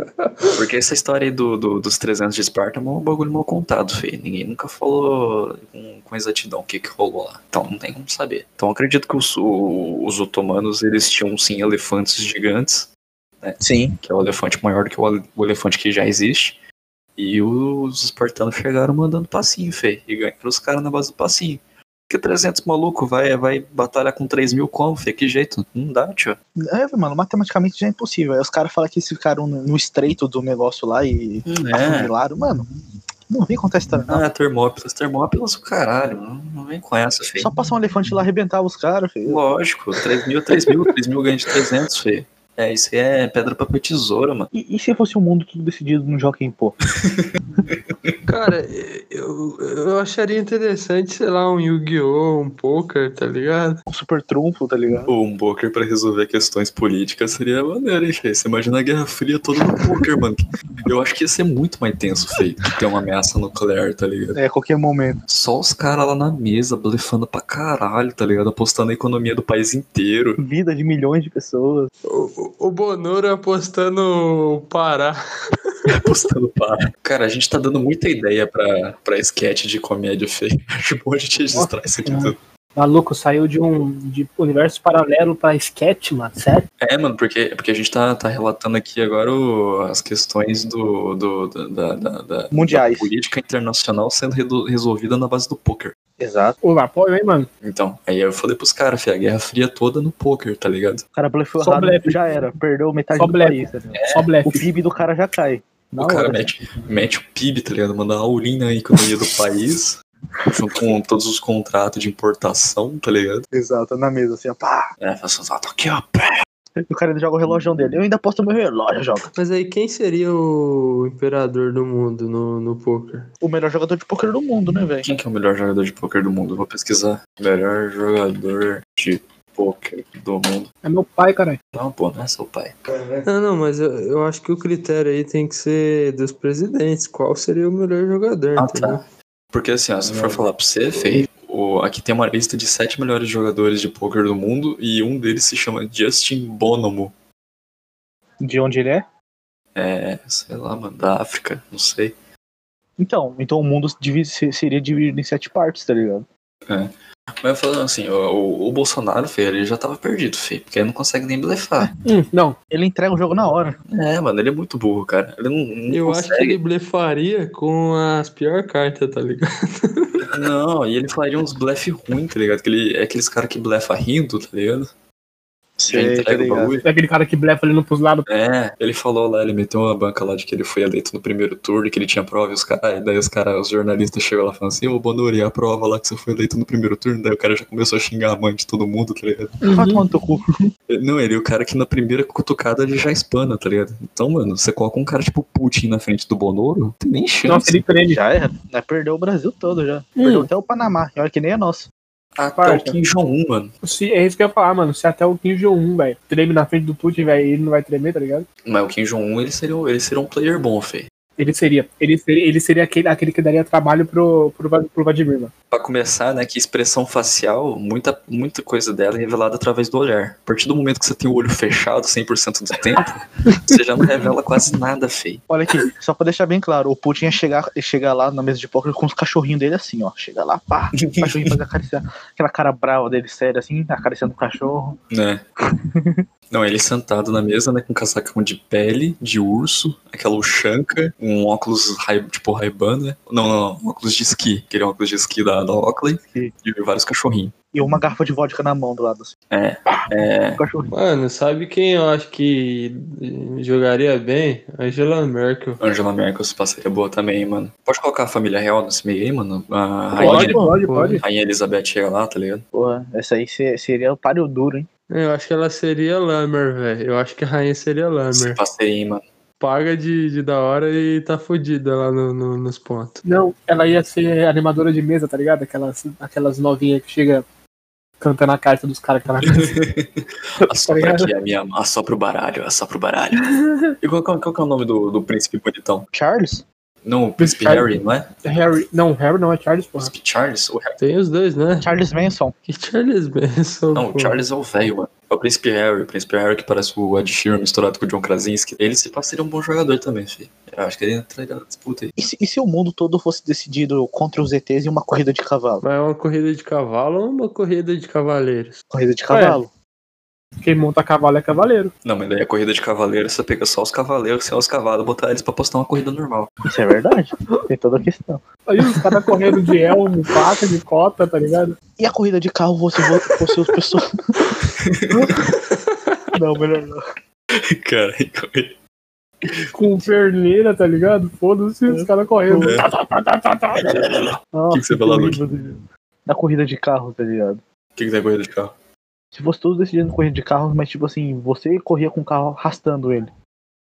Porque essa história aí do, do- dos 300 de Esparta é um bagulho mal contado, feio. Ninguém nunca falou com, com exatidão o que, que rolou lá. Então não tem como saber. Então eu acredito que os, o- os otomanos, eles tinham sim elefantes gigantes,
Sim.
que é o elefante maior do que o, ale- o elefante que já existe. E os espartanos chegaram mandando passinho, feio. E ganharam os caras na base do passinho. Porque 300 maluco vai, vai batalhar com 3 mil como, feio? Que jeito? Não dá, tio.
É, mano, matematicamente já é impossível. Aí os caras falam que eles ficaram no no estreito do negócio lá e
É.
afunilaram. Mano, não vem contar essa história, não.
Ah, Termópilas. Termópilas, o caralho. Não, não vem com essa, feio.
Só passar um elefante lá e arrebentar os caras, filho.
Lógico, 3 mil, 3 mil, 3 mil ganha de 300, feio. É, isso aí é pedra, papel, tesoura, mano.
E, e se fosse um mundo tudo decidido no Joaquim Pô?
Cara, eu, eu acharia interessante, sei lá, um Yu-Gi-Oh!, um poker, tá ligado?
Um super trunfo, tá ligado?
Pô, um poker pra resolver questões políticas seria maneiro, hein, feio? Você imagina a Guerra Fria toda no poker, mano. Eu acho que ia ser muito mais tenso, feio, que ter uma ameaça nuclear, tá ligado?
É, qualquer momento.
Só os caras lá na mesa, blefando pra caralho, tá ligado? Apostando na economia do país inteiro.
Vida de milhões de pessoas.
O, o Bonoro apostando o Pará.
Apostando para. Cara, a gente tá dando muita ideia pra, pra sketch de comédia, feio. Acho bom a gente registrar isso aqui. tudo.
Maluco, saiu de um de universo paralelo pra sketch, mano. Sério?
É, mano, porque, porque a gente tá, tá relatando aqui agora o- as questões do, do- da, da- da-
Mundiais.
da política internacional sendo redo- resolvida na base do poker.
Exato.
O apoio, hein, mano?
Então, aí eu falei pros caras, fi, a Guerra Fria toda no poker, tá ligado?
O cara blefou
Só
errado,
blefe.
já era. Perdeu metade
Só
do
blefe.
país. tá ligado?
Só blefe.
O PIB do cara já cai. Na
o cara
hora.
mete, mete o PIB, tá ligado? Manda a aulinha na economia do país, junto com todos os contratos de importação, tá ligado?
Exato, na mesa, assim, ó, pá.
É, faz um ato aqui, ó, pé.
E o cara ainda joga o relógio dele. Eu ainda aposto meu relógio, joga.
Mas aí, quem seria o imperador do mundo no, no poker?
O melhor jogador de poker do mundo, né, velho?
Quem que é o melhor jogador de poker do mundo? Vou pesquisar. Melhor jogador de poker do mundo.
É meu pai, caralho.
Não, pô, não é seu pai.
Não, não, mas eu, eu acho que o critério aí tem que ser dos presidentes. Qual seria o melhor jogador,
Ah,
entendeu?
Porque assim, ó, se eu for falar pra você, Fê, o- aqui tem uma lista de sete melhores jogadores de poker do mundo e um deles se chama Justin Bonomo.
De onde ele é?
É, sei lá, mano, da África, não sei.
Então, então o mundo divide- se- seria dividido em sete partes, tá ligado?
Mas falando assim, ó, o, o Bolsonaro, Fê, ele já tava perdido, Fê, porque ele não consegue nem blefar.
não.
Ele entrega o jogo na hora.
É, mano, ele é muito burro, cara. Ele não, não
Eu acho que
consegue.
ele blefaria com as piores cartas, tá ligado?
Não, e ele faria uns blefe ruins, tá ligado? Que ele, é aqueles caras que blefa rindo, tá ligado? Já
Sei, tá
entrega o
ligado.
bagulho.
É aquele cara que blefa ali no pros lados.
É, ele falou lá, ele meteu uma banca lá de que ele foi eleito no primeiro turno, que ele tinha prova e os caras. Daí os caras, os jornalistas chegam lá falando assim: Ô, Bonuri, a prova lá que você foi eleito no primeiro turno. Daí o cara já começou a xingar a mãe de todo mundo, tá ligado?
Uhum.
Vai tomar no teu cu.
Não, ele é o cara que na primeira cutucada ele já espana, tá ligado? Então, mano, você coloca um cara tipo Putin na frente do Bonoro, não tem nem chance.
Nossa, ele prende.
Já era. Já Né, perdeu o Brasil todo já. Perdeu até o Panamá. E olha que nem é nosso.
Até Ah, é o Kim Jong-un, mano.
Se, é isso que eu ia falar, mano. Se até o Kim Jong-un, velho, treme na frente do Putin, velho, ele não vai tremer, tá ligado?
Mas o Kim Jong-un, ele seria, um- ele seria um player bom, fei.
Ele seria. Ele seria, ele seria aquele, aquele que daria trabalho pro, pro, Va- pro Vladimir, mano.
Pra começar, né, que expressão facial, muita, muita coisa dela é revelada através do olhar. A partir do momento que você tem o olho fechado 100% do tempo, você já não revela quase nada, feio.
Olha aqui, só pra deixar bem claro, o Putin ia chegar, ia chegar lá na mesa de poker com os cachorrinhos dele assim, ó. Chega lá, pá, o cachorrinho faz acariciar, aquela cara brava dele, séria assim, acariciando o cachorro.
Né? Não, ele sentado na mesa, né, com um casacão de pele, de urso, aquela Ushanka, um óculos Ray- tipo Ray-Ban, né? Não, não, não, óculos de esqui, aquele óculos de esqui da, da Oakley,
Sim.
e vários cachorrinhos.
E uma garrafa de vodka na mão do lado assim.
É,
O cachorrinho.
Mano, sabe quem eu acho que jogaria bem? Angela Merkel.
Angela Merkel se passaria boa também, mano. Pode colocar a família real nesse meio aí, mano? A
Pode,
rainha,
pode, pode.
rainha Elizabeth chega lá, tá ligado?
Porra, essa aí se- seria o páreo duro, hein?
Eu acho que ela seria Lamer, velho. Eu acho que a rainha seria
Se
Lamer.
passei, hein, mano.
Paga de, de da hora e tá fodida lá no- no- nos pontos.
Não, ela ia ser animadora de mesa, tá ligado? Aquelas, aquelas novinhas que chega cantando a carta dos caras que tá na mesa. Tá
Assopra aqui a minha. Assopra o baralho, assopra o baralho. E qual, qual- qual que é o nome do, do príncipe bonitão?
Charles?
Não, o príncipe
Charles.
Harry, não é?
Harry. Não, Harry não é Charles,
O
porra.
príncipe Charles? O Harry-
Tem os dois, né?
Charles Manson.
Que Charles Benson.
Não,
Uhum.
o
pô.
Charles é o velho, mano. É o príncipe Harry, o príncipe Harry que parece o Ed Sheeran misturado com o John Krasinski. Ele se passa seria um bom jogador também, filho. Eu acho que ele entraria na disputa aí.
E se, e se o mundo todo fosse decidido contra os ETs em uma corrida de cavalo?
Mas é uma corrida de cavalo ou uma corrida de cavaleiros?
Corrida de cavalo.
Quem monta cavalo é cavaleiro.
Não, mas daí a corrida de cavaleiro, você pega só os cavaleiros, sem os cavalos, botar eles pra postar uma corrida normal.
Isso é verdade. Tem toda a questão.
Aí os caras correndo de elmo, faca, de cota, tá ligado?
E a corrida de carro fosse, fosse os pessoas. não, melhor não.
Cara,
Com perneira, tá ligado? Foda-se,
É.
os caras correndo. Tá, tá, tá, tá, tá, tá.
o que, que você vai lá,
que
Luke? O
Na corrida de carro, tá ligado?
que, que tem corrida de carro?
Se fosse todos decidindo corrida de carro, mas tipo assim, você corria com o carro arrastando ele.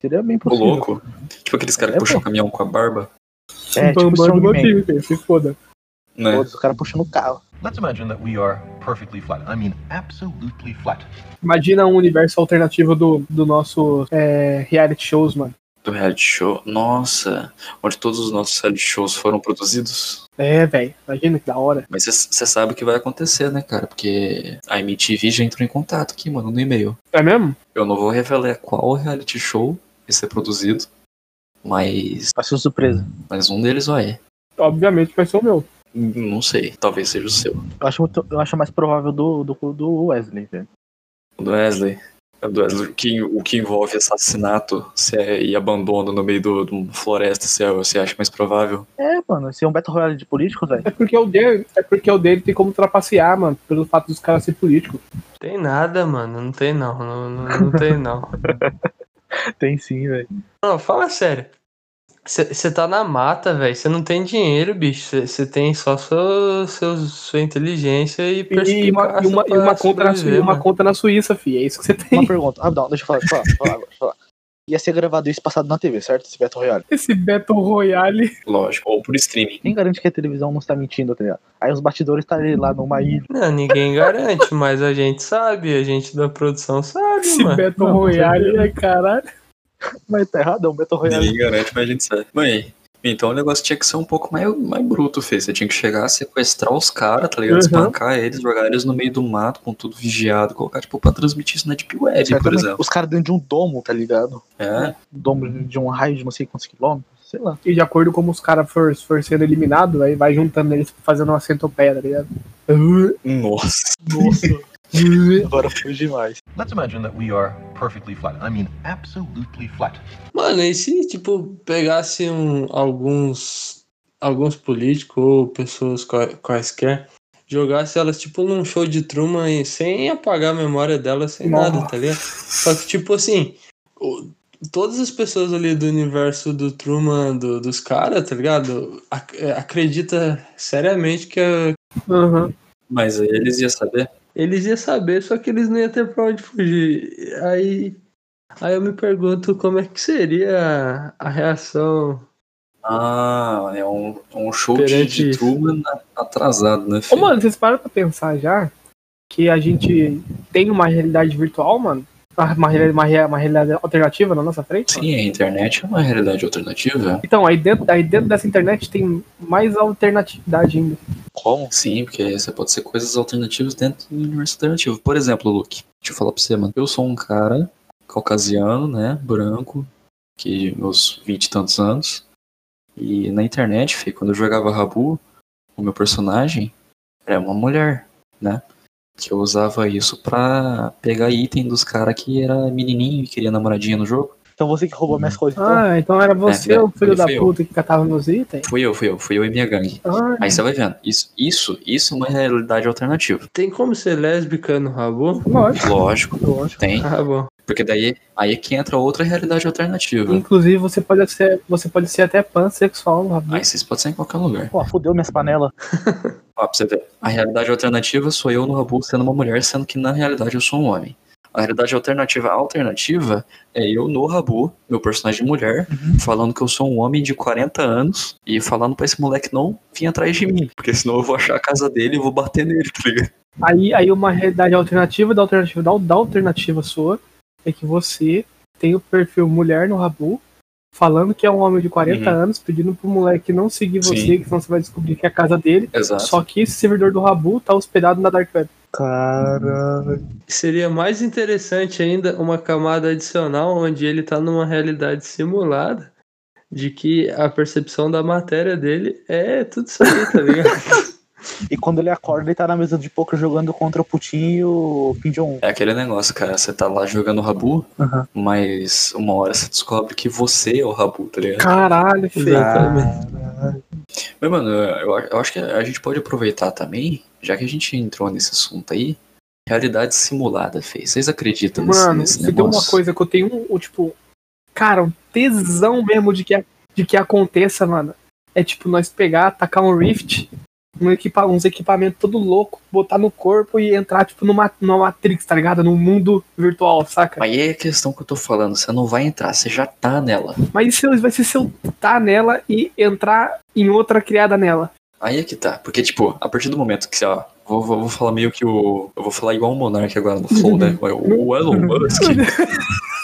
Seria bem
Ô,
possível.
louco. Tipo aqueles caras
É,
que puxam
pô.
o caminhão com a barba,
É, tipo
Bambam do meu
Strongman.
time, filho, se foda.
né?
Todos, o cara puxando o carro.
Let's imagine that we are perfectly flat. I mean, absolutely flat.
Imagina um universo alternativo do, do nosso é, reality shows, mano.
Do reality show. Nossa, onde todos os nossos reality shows foram produzidos.
É, velho. Imagina que da hora.
Mas você sabe o que vai acontecer, né, cara? Porque a MTV já entrou em contato aqui, mano, no e-mail.
É mesmo?
Eu não vou revelar qual reality show vai ser produzido, mas,
Vai ser surpresa.
mas um deles vai. é.
Obviamente vai ser o meu.
Hum, Não sei, talvez seja o seu.
Eu acho, muito- eu acho mais provável do, do, do Wesley, velho.
O do Wesley. O do Wesley, o que, o que envolve assassinato se é- e abandono no meio do- de uma floresta, é, você acha mais provável?
É, mano, ser um Battle Royale de políticos, velho.
É porque o dele, é porque o dele tem como trapacear, mano, pelo fato dos caras ser políticos.
Tem nada, mano. Não tem não. Não, não, não tem não.
Tem sim, velho.
Não, fala sério. Você tá na mata, velho. Você não tem dinheiro, bicho. Você tem só sua, seu, sua inteligência e
E uma, e uma, e
pra
uma conta, na, Suí-
sobreviver,
uma
mano.
conta na Suíça, fi. É isso que você tem.
Uma pergunta. Ah, não, deixa eu falar, deixa eu falar, deixa eu falar, agora, deixa eu falar. Ia ser gravado isso passado na TV, certo? Esse Battle Royale.
Esse Battle Royale.
Lógico, ou por streaming.
Quem garante que a televisão não está mentindo, tá ligado? Aí os batidores tá ali lá numa ilha.
Não, ninguém garante, mas a gente sabe, a gente da produção sabe,
Esse
mano.
Battle
não,
Royale, é caralho.
Mas tá errado, é um Battle Royale.
Ninguém garante, mas a gente sabe. Mãe, então o negócio tinha que ser um pouco mais, mais bruto, fez. Você tinha que chegar, sequestrar os caras, tá ligado?
Uhum.
Espancar eles, jogar eles no meio do mato, com tudo vigiado, colocar, tipo, pra transmitir isso na Deep Web, por
Certamente,
exemplo.
Tá Os caras dentro de um domo, tá ligado?
É,
Domo de- de um raio de não sei quantos quilômetros, sei lá.
E de acordo com como os caras for, for sendo eliminados, aí vai juntando eles fazendo uma centopeia, tá ligado?
nossa.
Agora foi demais.
Let's imagine that we are perfectly flat. I mean, absolutely flat.
Mano, e se, tipo, pegasse um- alguns, alguns políticos ou pessoas qua- quaisquer, jogasse elas, tipo, num show de Truman e sem apagar a memória delas, sem nada, tá ligado? Só que, tipo assim, o- todas as pessoas ali do universo do Truman, do- dos caras, tá ligado? Ac é, acredita seriamente que a-
Aham.
Mas aí eles iam saber.
eles iam saber, só que eles não iam ter pra onde fugir. Aí, aí eu me pergunto como é que seria a- a reação...
Ah, é um, é um show de,
Perante
de
isso.
Truman atrasado, né,
Ô,
filho?
mano, vocês param pra pensar já que a gente tem uma realidade virtual, mano? Uma, uma, reali- uma, rea- uma realidade alternativa na nossa frente? mano?
Sim, a internet é uma realidade alternativa.
Então, aí dentro, aí dentro dessa internet tem mais alternatividade ainda.
Como? Sim, porque você pode ser coisas alternativas dentro do universo alternativo. Por exemplo, Luke, deixa eu falar pra você, mano. Eu sou um cara caucasiano, né? Branco, que meus vinte e tantos anos. E na internet, fi, quando eu jogava Rabu, o meu personagem era uma mulher, né? Que eu usava isso pra pegar item dos caras que era menininho e queria namoradinha no jogo.
Então você que roubou minhas coisas, então.
Ah, então era você,
É,
o
foi
filho da
eu.
puta, que catava meus itens?
Fui eu, fui eu, fui eu e minha gangue.
Ah,
Aí você vai vendo. Isso, isso, isso é uma realidade alternativa.
Tem como ser lésbica no Rabu?
lógico.
Lógico,
Lógico.
tem.
Ah, bom.
Porque daí aí é que entra outra realidade alternativa.
Inclusive, você pode ser, você pode ser até pansexual, no Rabu.
Aí vocês podem ser em qualquer lugar.
Pô, fudeu minhas panelas.
Ó, pra você ver. A realidade alternativa sou eu no Rabu sendo uma mulher, sendo que na realidade eu sou um homem. A realidade alternativa alternativa é eu no Rabu, meu personagem de mulher, falando que eu sou um homem de 40 anos e falando pra esse moleque não vir atrás de mim. Porque senão eu vou achar a casa dele e vou bater nele, tá ligado?
Aí, aí uma realidade alternativa da alternativa da, da alternativa sua é que você tem o perfil mulher no Rabu, falando que é um homem de 40
Uhum.
anos, pedindo pro moleque não seguir você,
Sim.
que senão você vai descobrir que é a casa dele.
Exato.
Só que esse servidor do Rabu tá hospedado na Dark Web.
Caralho.
Seria mais interessante ainda uma camada adicional onde ele tá numa realidade simulada de que a percepção da matéria dele é tudo isso aí, tá ligado?
E quando ele acorda, ele tá na mesa de poker jogando contra o Putin e o Kim Jong-un.
É aquele negócio, cara. Você tá lá jogando Rabu,
Aham.
mas uma hora você descobre que você é o Rabu, tá ligado?
Caralho, filho.
Exatamente.
Mas, mano, eu, eu acho que a gente pode aproveitar também, já que a gente entrou nesse assunto aí, realidade simulada, Fê. Vocês acreditam nesse,
Mano,
nesse
se tem uma
negócio?
coisa que eu tenho, um- um, tipo, cara, um tesão mesmo de que, de que aconteça, mano. É tipo, nós pegar, tacar um Rift, um equipa, uns equipamentos todo louco, botar no corpo e entrar, tipo, numa, numa Matrix, tá ligado? Num mundo virtual, saca?
Mas aí é a questão que eu tô falando, você não vai entrar, você já tá nela.
Mas e se eu- vai ser se eu tá nela e entrar em outra criada nela?
Aí é que tá. Porque, tipo, a partir do momento que você, ó. Vou, vou, vou falar meio que o. Eu vou falar igual o Monark agora no Flow, né? O, o Elon Musk.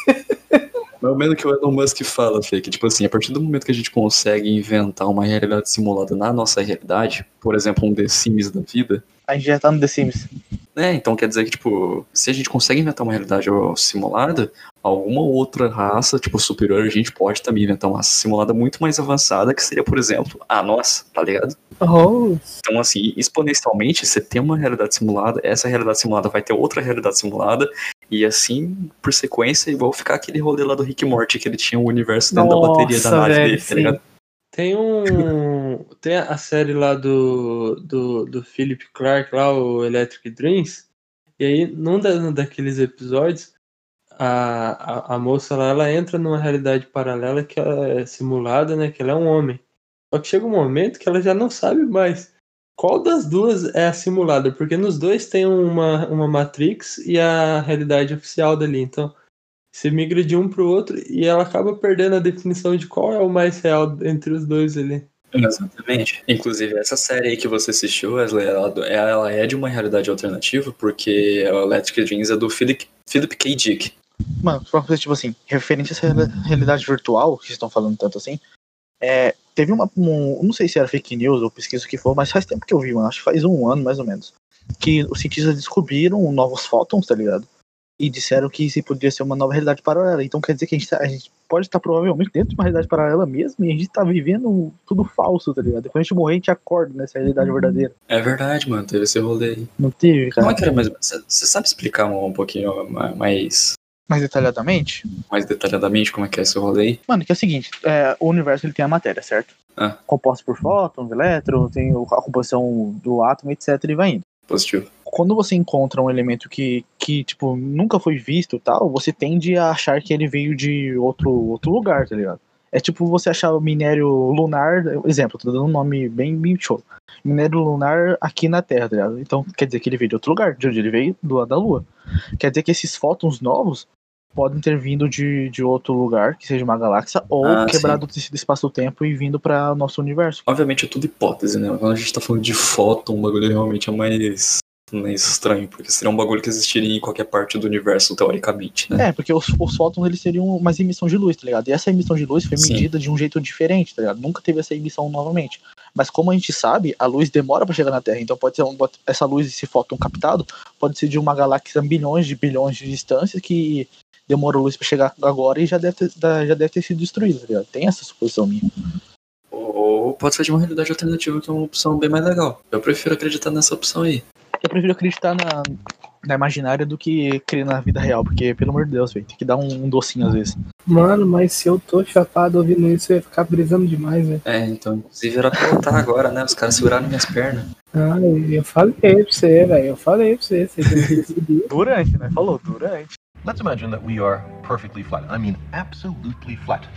Mais ou menos que o Elon Musk fala, Fê, que, tipo assim, a partir do momento que a gente consegue inventar uma realidade simulada na nossa realidade, por exemplo, um The Sims da vida,
A gente já tá no The Sims.
né? Então quer dizer que, tipo, se a gente consegue inventar uma realidade simulada, alguma outra raça, tipo, superior, a gente pode também inventar uma simulada muito mais avançada, que seria, por exemplo, a nossa, tá ligado?
Oh,
Então, assim, exponencialmente, você tem uma realidade simulada, essa realidade simulada vai ter outra realidade simulada, e assim, por sequência, igual ficar aquele rolê lá do Rick Morty, que ele tinha o universo dentro da bateria da
Nossa,
nave
velho,
dele,
sim.
tá ligado?
Tem um. Tem a série lá do, do, do Philip Clark, lá, o Electric Dreams. E aí, num da, num daqueles episódios, a, a, a moça lá, ela entra numa realidade paralela que ela é simulada, né? Que ela é um homem. Só que chega um momento que ela já não sabe mais qual das duas é a simulada, porque nos dois tem uma, uma Matrix e a realidade oficial dali. Então, você migra de um pro outro e ela acaba perdendo a definição de qual é o mais real entre os dois ali.
Exatamente. Inclusive, essa série aí que você assistiu, Wesley, ela, ela é de uma realidade alternativa, porque o Electric Dreams é do Philip, Philip K. Dick.
Mano, só uma coisa, tipo assim, referente a essa reali- realidade virtual que vocês estão falando tanto assim, é, teve uma. um- não sei se era fake news ou pesquisa o que for, mas faz tempo que eu vi, mano. Acho que faz um ano mais ou menos. Que os cientistas descobriram novos fótons, tá ligado? E disseram que isso poderia ser uma nova realidade paralela. Então quer dizer que a gente, tá- a gente pode estar provavelmente dentro de uma realidade paralela mesmo e a gente tá vivendo tudo falso, tá ligado? Quando a gente morrer, a gente acorda nessa realidade verdadeira.
É verdade, mano, teve esse rolê aí.
Não teve,
Como é
cara?
que era mais. Você sabe explicar um, um pouquinho ma- mais,
Mais detalhadamente?
mais detalhadamente como é que é esse rolê aí?
Mano, que é o seguinte, é, o universo ele tem a matéria, certo?
Ah.
Composto por fótons, elétrons, tem o- a composição do átomo, etc. e vai indo.
Positivo.
Quando você encontra um elemento que, que tipo, nunca foi visto e tal, você tende a achar que ele veio de outro, outro lugar, tá ligado? É tipo você achar o minério lunar, exemplo, tô dando um nome bem, bem show. Minério lunar aqui na Terra, tá ligado? Então quer dizer que ele veio de outro lugar, de onde ele veio? Do da Lua. Quer dizer que esses fótons novos podem ter vindo de, de outro lugar, que seja uma galáxia, ou
Ah,
quebrado o tecido espaço-tempo e vindo para o nosso universo.
Obviamente é tudo hipótese, né? Quando a gente tá falando de fóton, o bagulho realmente é mais, mais estranho, porque seria um bagulho que existiria em qualquer parte do universo, teoricamente, né?
É, porque os, os fótons eles seriam uma emissão de luz, tá ligado? E essa emissão de luz foi
Sim.
medida de um jeito diferente, tá ligado? Nunca teve essa emissão novamente. Mas como a gente sabe, a luz demora para chegar na Terra, então pode ser um, pode- essa luz, esse fóton captado, pode ser de uma galáxia a bilhões de bilhões de distâncias que demora a luz para chegar agora e já deve, ter, da- já deve ter sido destruída, tá ligado? Tem essa suposição minha.
Ou pode ser de uma realidade alternativa, que é uma opção bem mais legal. Eu prefiro acreditar nessa opção aí.
Eu prefiro acreditar na, na imaginária do que crer na vida real, porque, pelo amor de Deus, velho, tem que dar um, um docinho às vezes.
Mano, mas se eu tô chapado ouvindo isso, eu ia ficar brisando demais, velho.
É, então, inclusive era pra lutar agora, né? Os caras seguraram minhas pernas.
Ah, eu falei pra você, velho. Eu falei pra você. Você tem que seguir.
Durante, né? Falou, durante.
Let's imagine that we are perfectly flat. I mean, absolutely flat.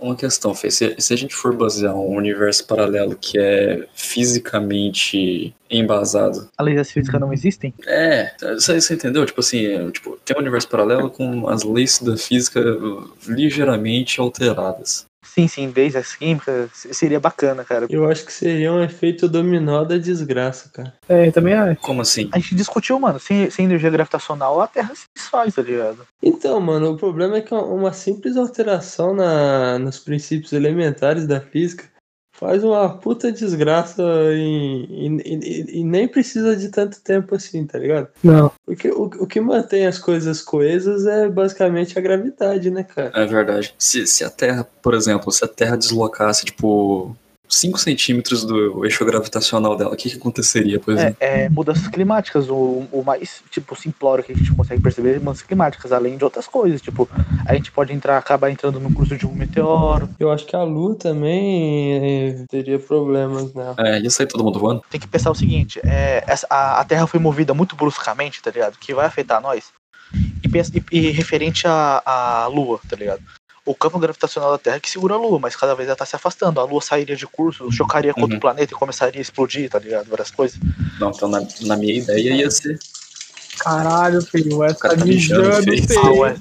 Uma questão, Fê, se, se a gente for basear um universo paralelo que é fisicamente embasado,
As leis da física não existem?
é, você, você entendeu? Tipo assim, é, tipo, tem um universo paralelo com as leis da física uh, ligeiramente alteradas.
Sim, sim, desde as químicas, se- seria bacana, cara.
Eu acho que seria um efeito dominó da desgraça, cara.
É, eu também acho.
Como assim?
A gente discutiu, mano, sem, sem energia gravitacional a Terra se desfaz, tá ligado?
Então, mano, o problema é que uma simples alteração na, nos princípios elementares da física faz uma puta desgraça e, e- e- e nem precisa de tanto tempo assim, tá ligado?
Não.
O que, o, o que mantém as coisas coesas é basicamente a gravidade, né, cara?
É verdade. Se, se a Terra, por exemplo, se a Terra deslocasse, tipo, 5 centímetros do eixo gravitacional dela, o que, que aconteceria, por exemplo?
É, é, mudanças climáticas, o, o mais, tipo, simplório que a gente consegue perceber é mudanças climáticas, além de outras coisas, tipo, a gente pode entrar, acabar entrando no curso de um meteoro,
Eu acho que a Lua também eh, teria problemas, né?
É, ia sair todo mundo voando?
tem que pensar o seguinte: é, essa- a, a Terra foi movida muito bruscamente, tá ligado? Que vai afetar nós. E, pensa- e- e referente à à Lua, tá ligado? O campo gravitacional da Terra que segura a Lua, mas cada vez ela tá se afastando. A Lua sairia de curso, chocaria com outro
Uhum.
planeta e começaria a explodir, tá ligado? Várias coisas.
Não, então na, na minha ideia ia ser.
Caralho, filho. O Wes
O cara
tá
tá mijando,
mijando,
filho.
filho.
Ah,
é.
ué.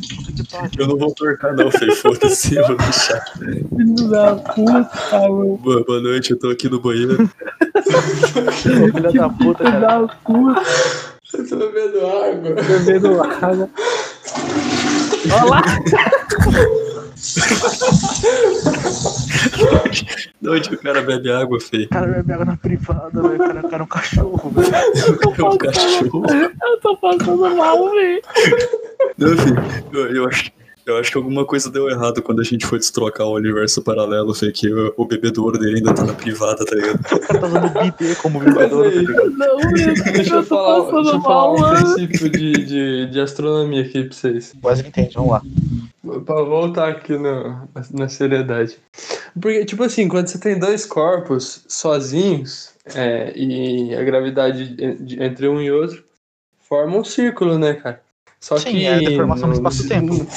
Eu não vou tortar, não, Fê. Foda-se, eu vou deixar.
Filho da puta, mano.
Boa, boa noite, eu tô aqui no banheiro.
Filha da puta,
Filho
cara.
da puta.
Eu tô bebendo água.
Bebendo água.
De onde o cara bebe água, Fê?
O cara bebe água na privada, velho. O cara, o cara é um cachorro, velho.
É um cachorro.
Eu tô passando mal, velho.
Não, Fê, eu, eu acho. Eu acho que alguma coisa deu errado quando a gente foi destrocar o universo paralelo, Fê, que o, o bebedouro dele ainda tá na privada, tá ligado?
O cara tá usando BD como bebedouro, tá ligado?
Não, velho.
Deixa eu
Eu tô
falar, deixa
passando
eu falar
mal,
um
mano.
princípio de, de, de astronomia aqui pra vocês.
Mas ele entende, vamos lá.
Pra voltar aqui no, na seriedade. Porque, tipo assim, quando você tem dois corpos sozinhos é, e a gravidade en- de- entre um e outro forma um círculo, né, cara? Só
Sim,
que
é a deformação do
no-
espaço-tempo.
no-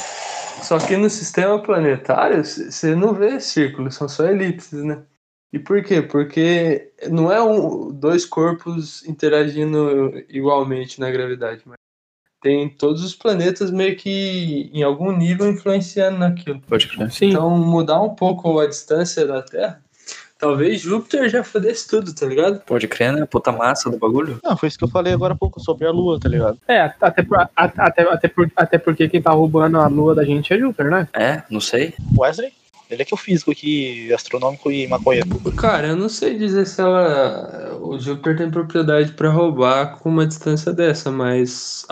Só que no sistema planetário, você não vê círculos, são só elipses, né? E por quê? Porque não é um, dois corpos interagindo igualmente na gravidade, mas tem todos os planetas meio que em algum nível influenciando naquilo.
Pode crer.
Sim.
Então mudar um pouco a distância da Terra, talvez Júpiter já fudesse tudo, tá ligado?
Pode crer, né? Puta massa do bagulho.
Não, foi isso que eu falei agora há pouco sobre a lua, tá ligado?
É, até, por- a- até, até, por- até porque quem tá roubando a lua da gente é Júpiter, né?
É, não sei.
Wesley? Ele é que é o físico aqui, astronômico e maconheiro.
Cara, eu não sei dizer se ela. O Júpiter tem propriedade pra roubar com uma distância dessa, mas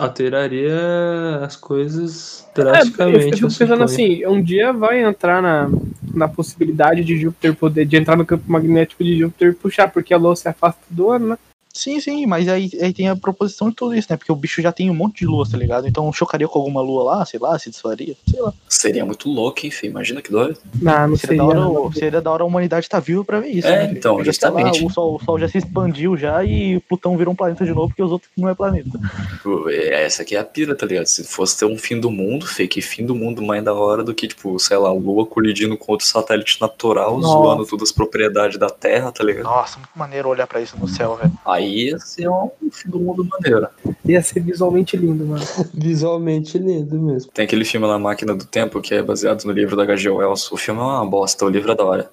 alteraria as coisas
É, eu
drasticamente.
fico
eu
pensando
suponho.
assim, um dia vai entrar na, na possibilidade de Júpiter poder, de entrar no campo magnético de Júpiter e puxar, porque a lua se afasta do ano, né?
Sim, sim, mas aí, aí tem a proposição de tudo isso, né? Porque o bicho já tem um monte de luas, tá ligado? Então chocaria com alguma lua lá, sei lá, se desfaria, sei lá.
Seria muito louco, hein, filho? Imagina que dói.
Não, não
Seria,
seria.
da hora,
não.
o- seria da hora a humanidade estar viva pra ver isso.
É,
né?
então,
Porque, sei lá,
justamente.
o, sol, o Sol já se expandiu já e Plutão virou um planeta de novo, porque os outros não é planeta.
Tipo, é- Essa aqui é a pira, tá ligado? Se fosse ter um fim do mundo, feio, que fim do mundo mais da hora do que, tipo, sei lá, a Lua colidindo com outro satélite natural,
Nossa.
zoando todas as propriedades da Terra, tá ligado?
Nossa, muito maneiro olhar pra isso no céu, velho.
Aí ia ser um fim do mundo maneiro.
Ia ser visualmente lindo, mano.
Visualmente lindo mesmo.
Tem aquele filme lá, Máquina do Tempo, que é baseado no livro da H.G. Wells. O filme é uma bosta, o livro é da hora.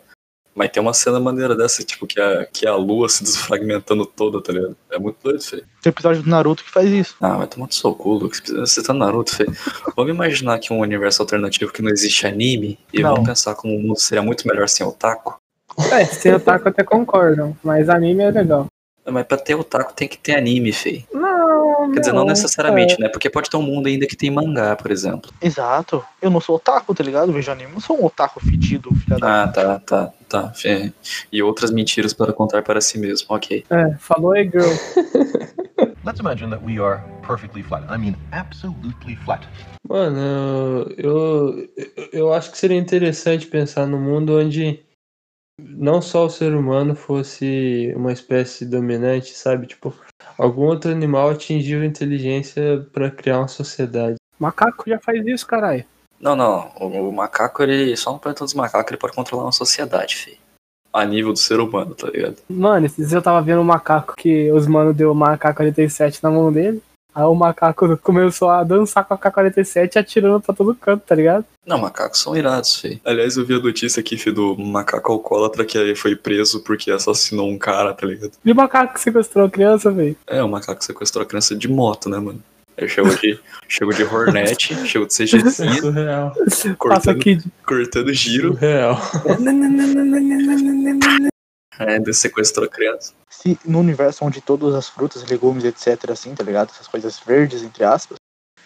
Mas tem uma cena maneira dessa, tipo, que a, que a Lua se desfragmentando toda, tá ligado? É muito doido, feio.
Tem episódio do Naruto que faz isso.
Ah, vai tomar no seu cu, Lucas. Você tá no Naruto, Fê. Vamos imaginar que um universo alternativo que não existe anime e
Não.
vamos pensar como o mundo seria muito melhor sem otaku.
É, sem otaku até concordam, mas anime é legal.
Mas pra ter otaku tem que ter anime, Fê.
Não,
Quer dizer, não necessariamente, né? Porque pode ter um mundo ainda que tem mangá, por exemplo.
Exato. Eu não sou otaku, tá ligado? Vejo anime. Eu não sou um otaku fedido, filha da.
Ah, tá, tá, tá. Fê. E outras mentiras para contar para si mesmo, ok.
É, falou aí, girl.
Let's imagine that we are perfectly flat. I mean, absolutely flat.
Mano, eu, eu, eu acho que seria interessante pensar num mundo onde não só o ser humano fosse uma espécie dominante, sabe? Tipo, algum outro animal atingiu a inteligência pra criar uma sociedade.
Macaco já faz isso, caralho.
Não, não. O, o macaco, ele. Só no planeta dos macacos, ele pode controlar uma sociedade, Fê. A nível do ser humano, tá ligado?
Mano, esses dias eu tava vendo um macaco que os mano deu uma AK-47 na mão dele. Aí o macaco começou a dançar com a AK-47 e atirando pra todo canto, tá ligado?
Não, macacos são irados, fi. Aliás, eu vi a notícia aqui, fi, do macaco alcoólatra que foi preso porque assassinou um cara, tá ligado?
E o macaco que sequestrou a criança, velho?
É, o macaco sequestrou a criança de moto, né, mano? Aí chegou de, chegou de Hornet, chegou de CGC,
Surreal.
Passa
cortando,
aqui.
cortando giro,
Surreal.
ainda sequestrou a criança.
Se no universo onde todas as frutas, legumes, etc., assim, tá ligado? Essas coisas verdes, entre aspas,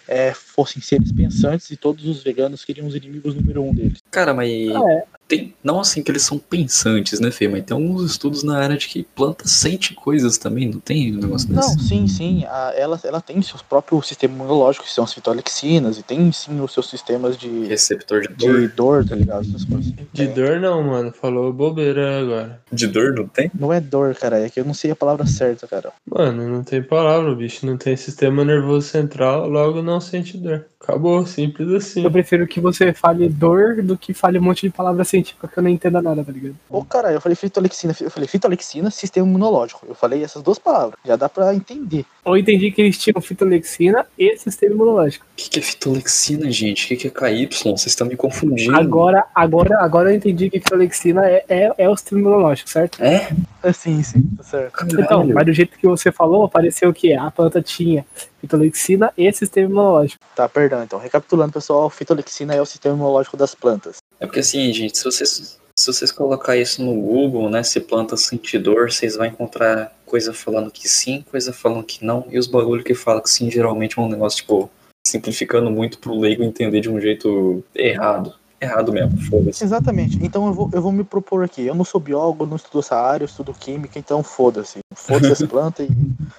é, fossem seres pensantes e todos os veganos seriam os inimigos número um deles.
Cara, mas.
É.
Tem, não assim que eles são pensantes, né, Fê? Mas tem alguns estudos na área de que planta sente coisas também, não tem um negócio
Não,
desse?
sim, sim. a- ela, ela tem seu próprio sistema imunológico, que são as fitolixinas, e tem sim os seus sistemas de,
Receptor de
de
dor.
dor, tá ligado? Essas coisas.
De
É.
dor não, mano. Falou bobeira agora.
De dor não tem?
Não é dor, cara, é que eu não sei a palavra certa, cara.
Mano, não tem palavra, o bicho. Não tem sistema nervoso central, logo não sente dor. Acabou, simples assim.
Eu prefiro que você fale dor do que fale um monte de palavra científica que eu não entenda nada, tá ligado?
Ô, cara, eu falei fitolexina, eu falei fitolexina, sistema imunológico. Eu falei essas duas palavras, já dá pra entender.
Eu entendi que eles tinham fitolexina e sistema imunológico.
O que, que é fitolexina, gente? O que, que é KY? Vocês estão me confundindo.
Agora, agora, agora eu entendi que fitolexina é, é, é o sistema imunológico, certo?
É?
É, sim, sim, tá certo.
Então, mas do jeito que você falou, pareceu que a planta tinha fitolexina e sistema imunológico.
Tá, perdão, então. Recapitulando, pessoal, fitolexina é o sistema imunológico das plantas.
É porque assim, gente, se vocês, se vocês colocar isso no Google, né, se planta sentidor, vocês vão encontrar coisa falando que sim, coisa falando que não, e os bagulho que fala que sim, geralmente é um negócio, tipo, simplificando muito pro leigo entender de um jeito errado. Errado mesmo, foda-se.
Exatamente. Então eu vou, eu vou me propor aqui. Eu não sou biólogo, eu não estudo essa área, eu estudo química, então foda-se. Foda-se as plantas e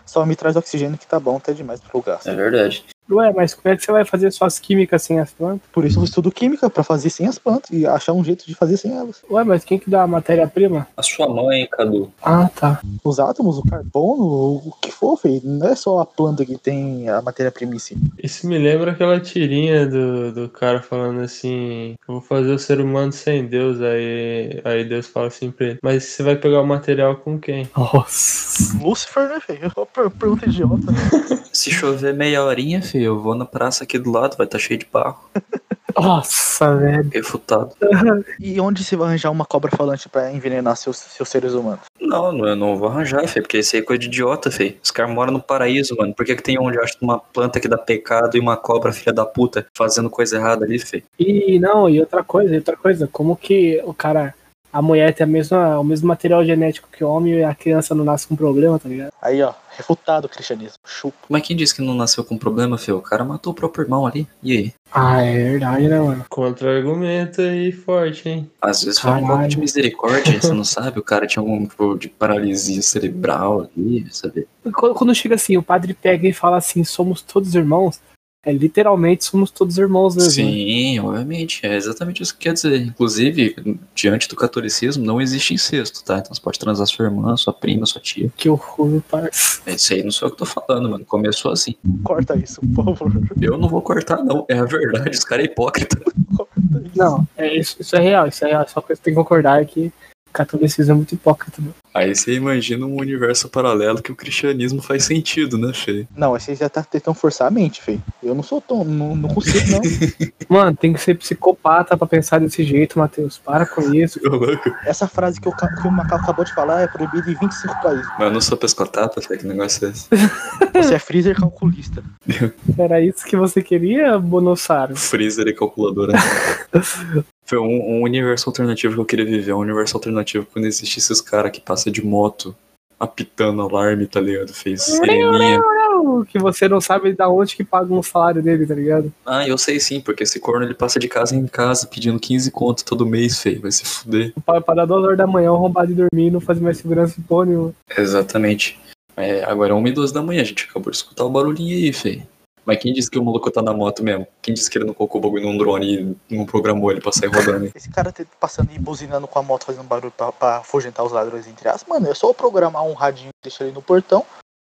só me traz oxigênio que tá bom, tá demais pro gasto.
É verdade.
Ué, mas como é que você vai fazer suas químicas sem as plantas?
Por isso eu estudo química, pra fazer sem as plantas e achar um jeito de fazer sem elas.
Ué, mas quem que dá a matéria-prima?
A sua mãe, Cadu.
Ah, tá.
Os átomos, o carbono, o que for, feio. Não é só a planta que tem a matéria-prima em si.
Isso me lembra aquela tirinha do, do cara falando assim: eu vou fazer o ser humano sem Deus. Aí, aí Deus fala assim pra ele: Mas você vai pegar o material com quem?
Nossa.
Lucifer, né, feio? Só per- pergunta idiota.
Se chover meia horinha, filho, eu vou na praça aqui do lado, vai estar cheio de barro.
Nossa, velho.
Refutado.
E onde você vai arranjar uma cobra falante pra envenenar seus, seus seres humanos?
Não, não, eu não vou arranjar, filho, porque isso aí é coisa de idiota, filho. Os caras moram no paraíso, mano. Por que, que tem onde eu acho uma planta que dá pecado e uma cobra filha da puta fazendo coisa errada ali, filho?
E não, e outra coisa, e outra coisa, como que o cara, a mulher tem a mesma, o mesmo material genético que o homem e a criança não nasce com problema, tá ligado?
Aí, ó, refutado o cristianismo. Chupa.
Mas quem disse que não nasceu com problema, filho? O cara matou o próprio irmão ali. E aí?
Ah, é verdade, né, mano?
Contra-argumento aí forte, hein?
Às vezes foi um pouco de
Caralho.
misericórdia, você não sabe? O cara tinha algum tipo de paralisia cerebral ali, sabe?
E Quando, quando chega assim, o padre pega e fala assim, somos todos irmãos, é literalmente somos todos irmãos mesmo. né?
Sim, obviamente, é exatamente isso que quer dizer. Inclusive, diante do catolicismo, não existe incesto, tá? Então você pode transar sua irmã, sua prima, sua tia.
Que horror, parça.
É Isso aí não sou eu que tô falando, mano. Começou assim.
Corta isso, por favor.
Eu não vou cortar, não. É a verdade, os caras é hipócrita.
Não, é, isso, isso é real, isso é real. Só que você tem que concordar é que o catolicismo é muito hipócrita. Né?
Aí você imagina um universo paralelo que o cristianismo faz sentido, né, Fê?
Não, aí você já tá tentando forçar a mente, feio. Eu não sou tão. Não, não consigo, não.
Mano, tem que ser psicopata pra pensar desse jeito, Matheus. Para com isso.
Ô, louco.
Essa frase que o, ca- que o Macau acabou de falar é proibida em 25 países.
Mas eu não sou pescotapa, Fê, que negócio é esse?
Você é freezer calculista.
Era isso que você queria, Bonossaro?
Um Freezer e calculadora. Foi um, um universo alternativo que eu queria viver. Um universo alternativo quando existisse esses caras que passa de moto apitando alarme, tá ligado? Fez sireninha.
Não, Que você não sabe da onde que paga um salário dele, tá ligado?
Ah, eu sei sim, porque esse corno ele passa de casa em casa pedindo 15 conto todo mês, feio. Vai se fuder.
Pra, pra dar duas horas da manhã, arrombado de dormir e não fazer mais segurança em porra nenhuma.
Exatamente. É, agora é 1 e 12 da manhã, a gente acabou de escutar o barulhinho aí, feio. Mas quem disse que o maluco tá na moto mesmo? Quem disse que ele não colocou o bagulho num drone e não programou ele pra sair rodando? hein?
Esse cara te- passando e buzinando com a moto, fazendo barulho pra, pra afugentar os ladrões, entre aspas. Mano, é só eu programar um radinho e deixar ele no portão,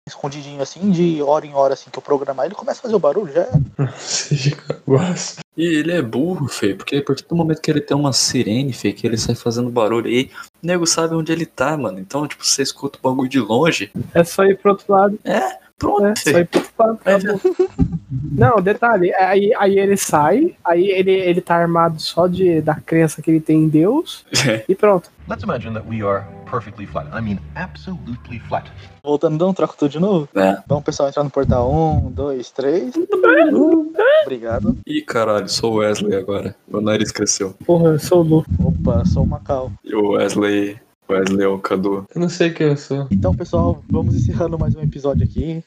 escondidinho assim, de hora em hora assim que eu programar, ele começa a fazer o barulho, já é.
Seja capaz.
E ele é burro, feio, porque a partir do momento que ele tem uma sirene, feio, que ele sai fazendo barulho aí, o nego sabe onde ele tá, mano. Então, tipo, você escuta o bagulho de longe,
É só ir pro outro lado,
pronto, É,
né? Só
feio.
ir pro outro lado. acabou. Não, detalhe, é, aí, aí ele sai, aí ele, ele tá armado só de, da crença que ele tem em Deus e pronto.
Let's imagine that we are perfectly flat. I mean, absolutely flat.
Voltando, dando troco tudo de novo.
É.
Vamos, pessoal, entrar no portal. Um, dois, três. Obrigado.
Ih, caralho, sou o Wesley agora. Meu nariz cresceu.
Porra, eu sou louco.
Opa, sou um o Macau.
E o Wesley. Wesley é o Cadu.
Eu não sei quem eu sou.
Então, pessoal, vamos encerrando mais um episódio aqui.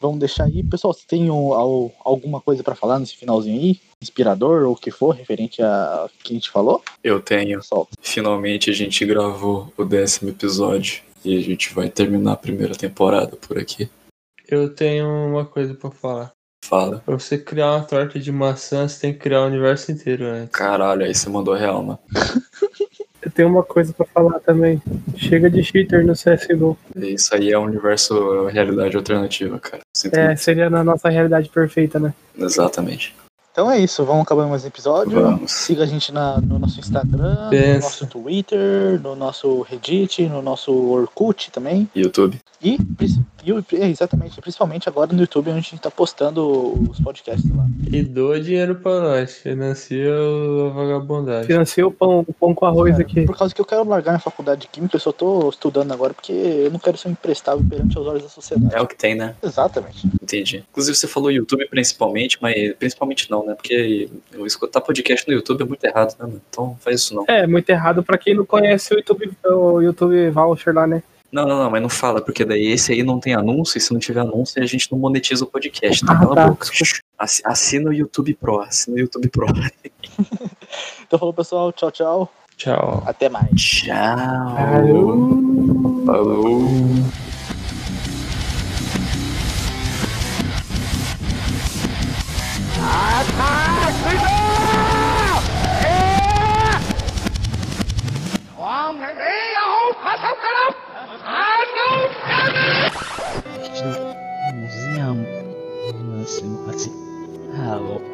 Vamos deixar aí. Pessoal, se tem um- al- alguma coisa pra falar nesse finalzinho aí, inspirador ou o que for, referente a que a gente falou,
Eu tenho.
pessoal,
Finalmente a gente gravou o décimo episódio. E a gente vai terminar a primeira temporada por aqui.
Eu tenho uma coisa pra falar.
Fala.
Pra você criar uma torta de maçã, você tem que criar o universo inteiro antes.
Caralho, aí você mandou real, mano.
Eu tenho uma coisa pra falar também. Chega de cheater no CSGO.
Isso aí é um universo, é realidade alternativa, cara. Sinto
É, seria na nossa realidade perfeita, né?
muito. Exatamente.
Então é isso, vamos acabar mais um episódio.
Vamos.
Siga a gente na- no nosso Instagram, no
Pensa.
nosso Twitter, no nosso Reddit, no nosso Orkut também.
YouTube.
E, pris- e o- é, exatamente, principalmente agora no YouTube, onde a gente tá postando os podcasts lá.
E doa dinheiro pra nós. Financia o- a vagabundagem.
Financia o pão, o pão com arroz
Cara,
aqui.
Por causa que eu quero largar minha faculdade de Química, eu só tô estudando agora porque eu não quero ser um imprestável perante os olhos da sociedade.
É o que tem, né?
Exatamente.
Entendi. Inclusive, você falou YouTube principalmente, mas principalmente não, né? Porque eu escutar podcast no YouTube é muito errado, né, mano? Então, faz isso não.
É, muito errado pra quem não conhece o YouTube, o YouTube Voucher lá, né?
Não, não, não, mas não fala, porque daí esse aí não tem anúncio, e se não tiver anúncio, a gente não monetiza o podcast. Então,
Ah,
cala a
tá,
boca. Assi- Assina o YouTube Pro, assina o YouTube Pro.
Então falou, pessoal. Tchau, tchau.
Tchau.
Até mais.
Tchau. Falou.
Ah, É! Ah,
louco.